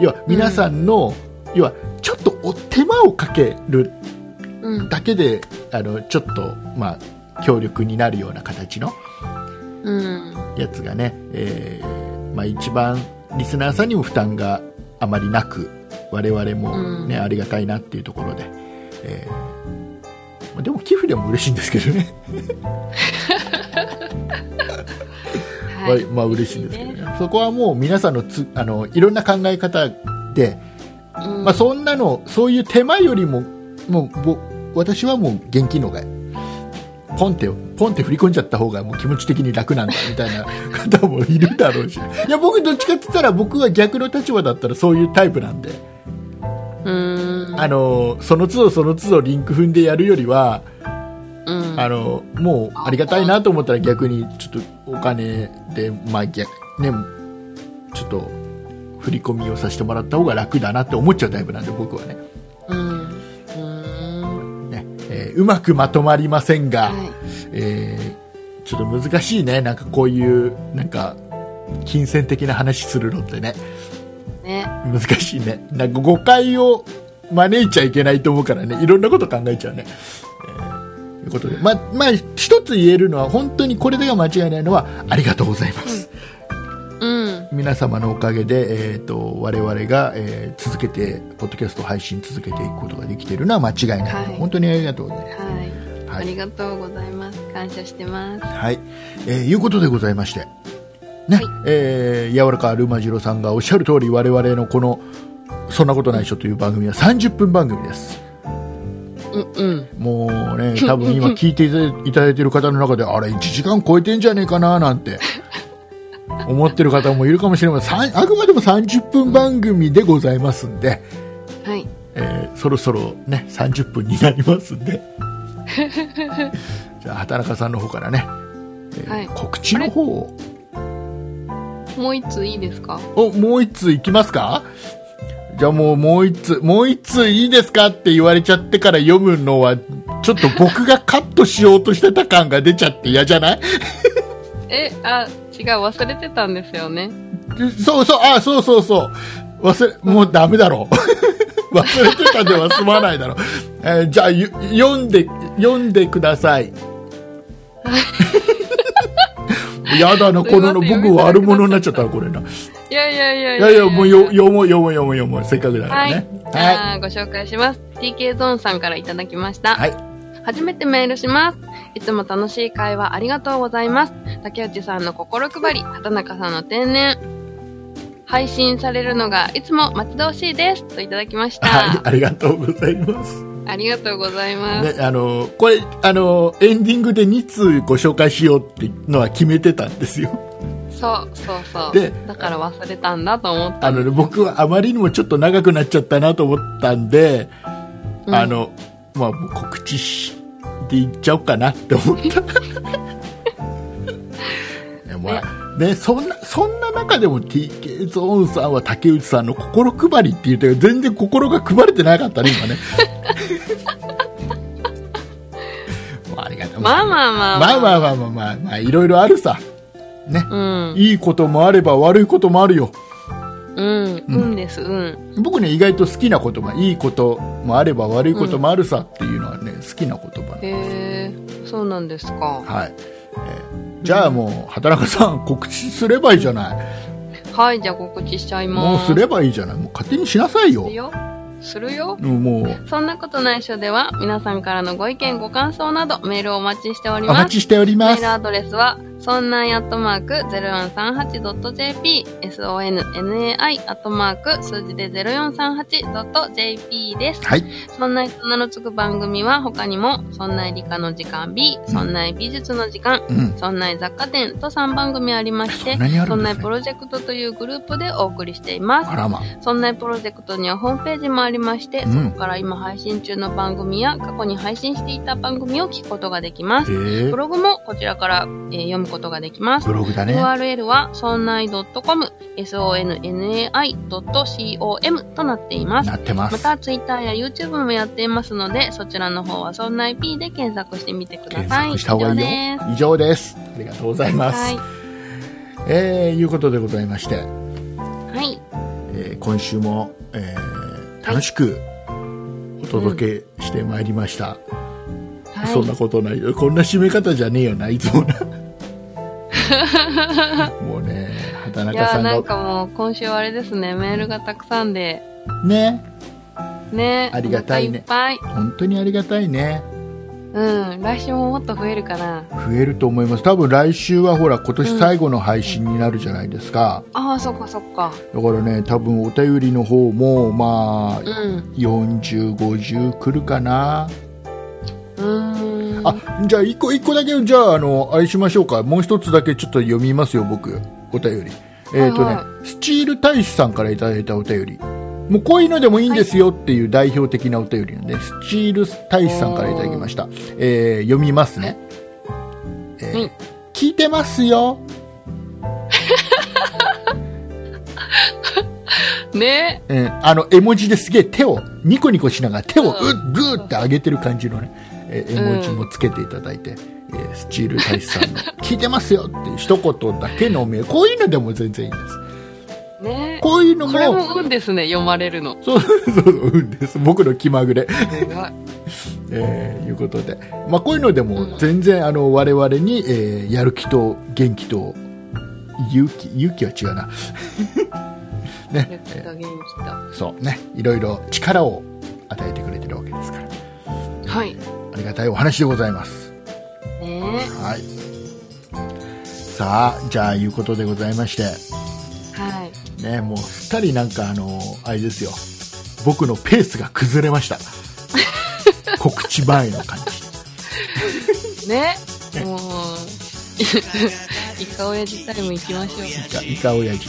要は皆さんの、要はちょっとお手間をかける
うん
だけであのちょっと、まあ、協力になるような形の
うん
やつがね、えーまあ、一番リスナーさんにも負担があまりなく我々も、ね
うん
ありがたいなっていうところで、えーまあでも寄付でも嬉しいんですけどね、
はい
まあ嬉しいんですけどね
ね
そこはもう皆さんのつあのいろんな考え方で、
うん
まあ、そんなのそういう手間よりももうぼ私はもう現金の方がポンってポンって振り込んじゃった方がもう気持ち的に楽なんだみたいな方もいるだろうしいや僕どっちかって言ったら僕は逆の立場だったらそういうタイプなんで
うん
あのその都度その都度リンク踏んでやるよりは
うん
あのもうありがたいなと思ったら逆にちょっとお金で、まあ逆ね、ちょっと振り込みをさせてもらった方が楽だなって思っちゃうタイプなんで僕はね
うんうん
ね、えーうまくまとまりませんが、
はい
えーちょっと難しいねなんかこういうなんか金銭的な話するのってね
ね
難しいねなんか誤解を招いちゃいけないと思うからねいろんなこと考えちゃうね。えーということでままあ、一つ言えるのは本当にこれでが間違いないのはありがとうございます、
うん
皆様のおかげで、えー、と我々が、えー続けてポッドキャスト配信続けていくことができているのは間違いない、
はい
本当にありがとうございます、
はい
はい
ありがとうございます感謝してます
はい、えーいうことでございまして、ね、
はい
えー柔らかアルマジロさんがおっしゃる通り、我々のこの、そんなことないっしょという番組は30分番組です。
うんうん
も うね、多分今聞いていたいただいている方の中で、あれ1時間超えてんじゃねえかな、なんて。思ってる方もいるかもしれません。さんあくまでも30分番組でございますんで、
はい
えーそろそろね、30分になりますん で。じゃあ、畑中さんの方からね、えー
はい
告知の方を。
もう一ついいですか
お、もう一通いきますかじゃあもう、もう一通、もう一通いいですかって言われちゃってから読むのは、ちょっと僕がカットしようとしてた感が出ちゃって嫌じゃない
えあ違う忘れてたんですよね
そうそう、あ、そうそうそう。忘れ、もうダメだろう。 忘れてたでは済まないだろう。えーじゃあ、ゆ読んで、読んでください。 やだな、このの、
すいません
僕悪者になっちゃったなこれな。
いやいやいや
いやいや、もうよ、読もう、読もう、読もう、読もう。せっかくだか
は
ら
い、
ね。
じゃあご紹介します TK ゾーンさんからいただきました、
はい。
初めてメールします。いつも楽しい会話ありがとうございます。竹内さんの心配り、畑中さんの天然。配信されるのがいつも待ち遠しいです。といただきました。
はい、ありがとうございます。
ありがとうございます。
ね、あの、これ、あの、エンディングで2通ご紹介しようってのは決めてたんですよ。
そうそうそう。
で
だから忘れたんだと思った。
あのね、僕はあまりにもちょっと長くなっちゃったなと思ったんで、
うん
あの、まあ、もう告知しでいっちゃおうかなっ て思った。ねまあ、ね、そんな、そんな中でも TK ゾーンさんは竹内さんの心配りって言って全然心が配れてなかったね、今 ね。もうありがとう
まあまあまあ
まあまあまあまあまあ、まあ、いろいろあるさ。ね。
うん。
いいこともあれば悪いこともあるよ。
うん。うんです。うん。
僕ね、意外と好きな言葉、いいこともあれば悪いこともあるさっていうのはね、好きな言葉。
へえ、そうなんですか。
はい。えーじゃあもう、畑中さん、告知すればいいじゃない。
はい、じゃあ告知しちゃい
もう
ます。
すればいいじゃない。もう勝手にしなさいよ
する。よ。するよ。
うんもう、
そんなことないっしょでは、皆さんからのご意見、ご感想など、メールをお待ちしており
お
ます。
待ちしておりま
メー
す
ル。アドレスは、そんなんアットマーク 0438.jp、sonnai アットマーク数字で 0438.jp です。
はい。
そんないと名のつく番組は他にも、そんない理科の時間 B、そんない美術の時間、
うん。
そんない雑貨店と3番組ありまして
そんなにあ、る
そ
ん
ん
で
な
す
い
ね
プロジェクトというグループでお送りしています
あ。らま。
そんなプロジェクトにはホームページもありまして、
うん
そこから今配信中の番組や過去に配信していた番組を聞くことができます。
ええ
ブログもこちらから、えー読むことができます
ブ。ログだね。
URL は sonnai.com、sonnai.com となっています。
なってま。
ますた、Twitter や YouTube もやっていますので、そちらの方は sonnaip で検索してみてくだ
検
さい。
索した方がいいよ
以上です。。
以上です。ありがとうございます。
はい。
えーいうことでございまして、
はい。
えー今週も、えー楽しくお届けしてまいりました、
はい
そんなことないよこんな締め方じゃねえよないつ もなもうね畑
い
中
や
さ
ー
ん
なん
が
かもう今週はあれですね、メールがたくさんで、
ね
ね
ありがたいね
お腹いっぱい。
本当にありがたいね
ううん、来週ももっと増えるかな。
増えると思います多分来週はほら今年最後の配信になるじゃないですか、
ああ、そっかそっか。
だからね多分お便りの方もま
う
あ
ん。
4050くるかな
うーん。
あじゃあ一個一個だけじゃああのあれしましょうかもう一つだけちょっと読みますよ僕お便りえっ、とね、
はいは
スチール大使さんからいただいたお便りもうこういうのでもいいんですよっていう代表的なお便りなんで、スチール大使さんからいただきました、えー読みますね、えー
うん
聞いてますよ
ね
えーあの絵文字ですげえ手をニコニコしながら手をう
う
っぐーって上げてる感じのね、えー絵文字もつけていただいて、えースチール大使さ んの「聞いてますよ」っていう一言だけのメールこういうのでも全然いいんです
ね
こういうの
これ
も
も運ですね、読まれる の。
そうそうそううんです僕の気まぐれ、
すごい。
えーいうことで、まあ、こういうのでも全然あの我々に、えーやる気と元気と勇気勇気は違うな
やった元気だ。
そうねいろいろ力を与えてくれてるわけですから
はい。
ありがたいお話でございます
ね
はい。さあ、じゃあ、いうことでございまして、
はい。
ね、もうすっかりなんか、あの、あれですよ、僕のペースが崩れま した。告知前の感じ。
ねもう、 イカオヤジタイム行きましょう。
イカ、イカオヤジ。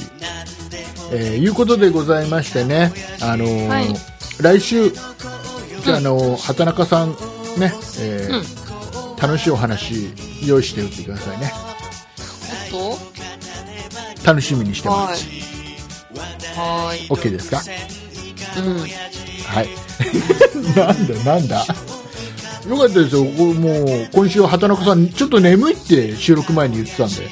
えーいうことでございましてね、あのー
はい
来週、あのー畑中さん、ね、えー楽しいお話、用意しておいてくださいね。
おっ
楽しみにし
と
てま
は
す。
い。はーい。
OK ですか
うん。
はい。 なんだなんだ。よかったですよ。こもう今週は畑中さんちょっと眠いって収録前に言ってたんで、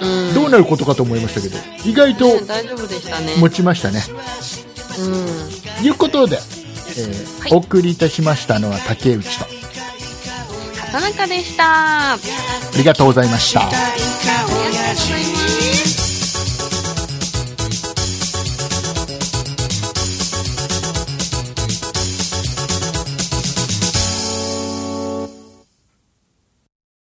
うん。
どうなることかと思いましたけど、意外と
ね大丈夫でしたね。
持ちましたね。
うん。
ということで、えー
はい
お送りいたしましたのは竹内と
畑中でした。
ありがとうございました。
イカオヤジ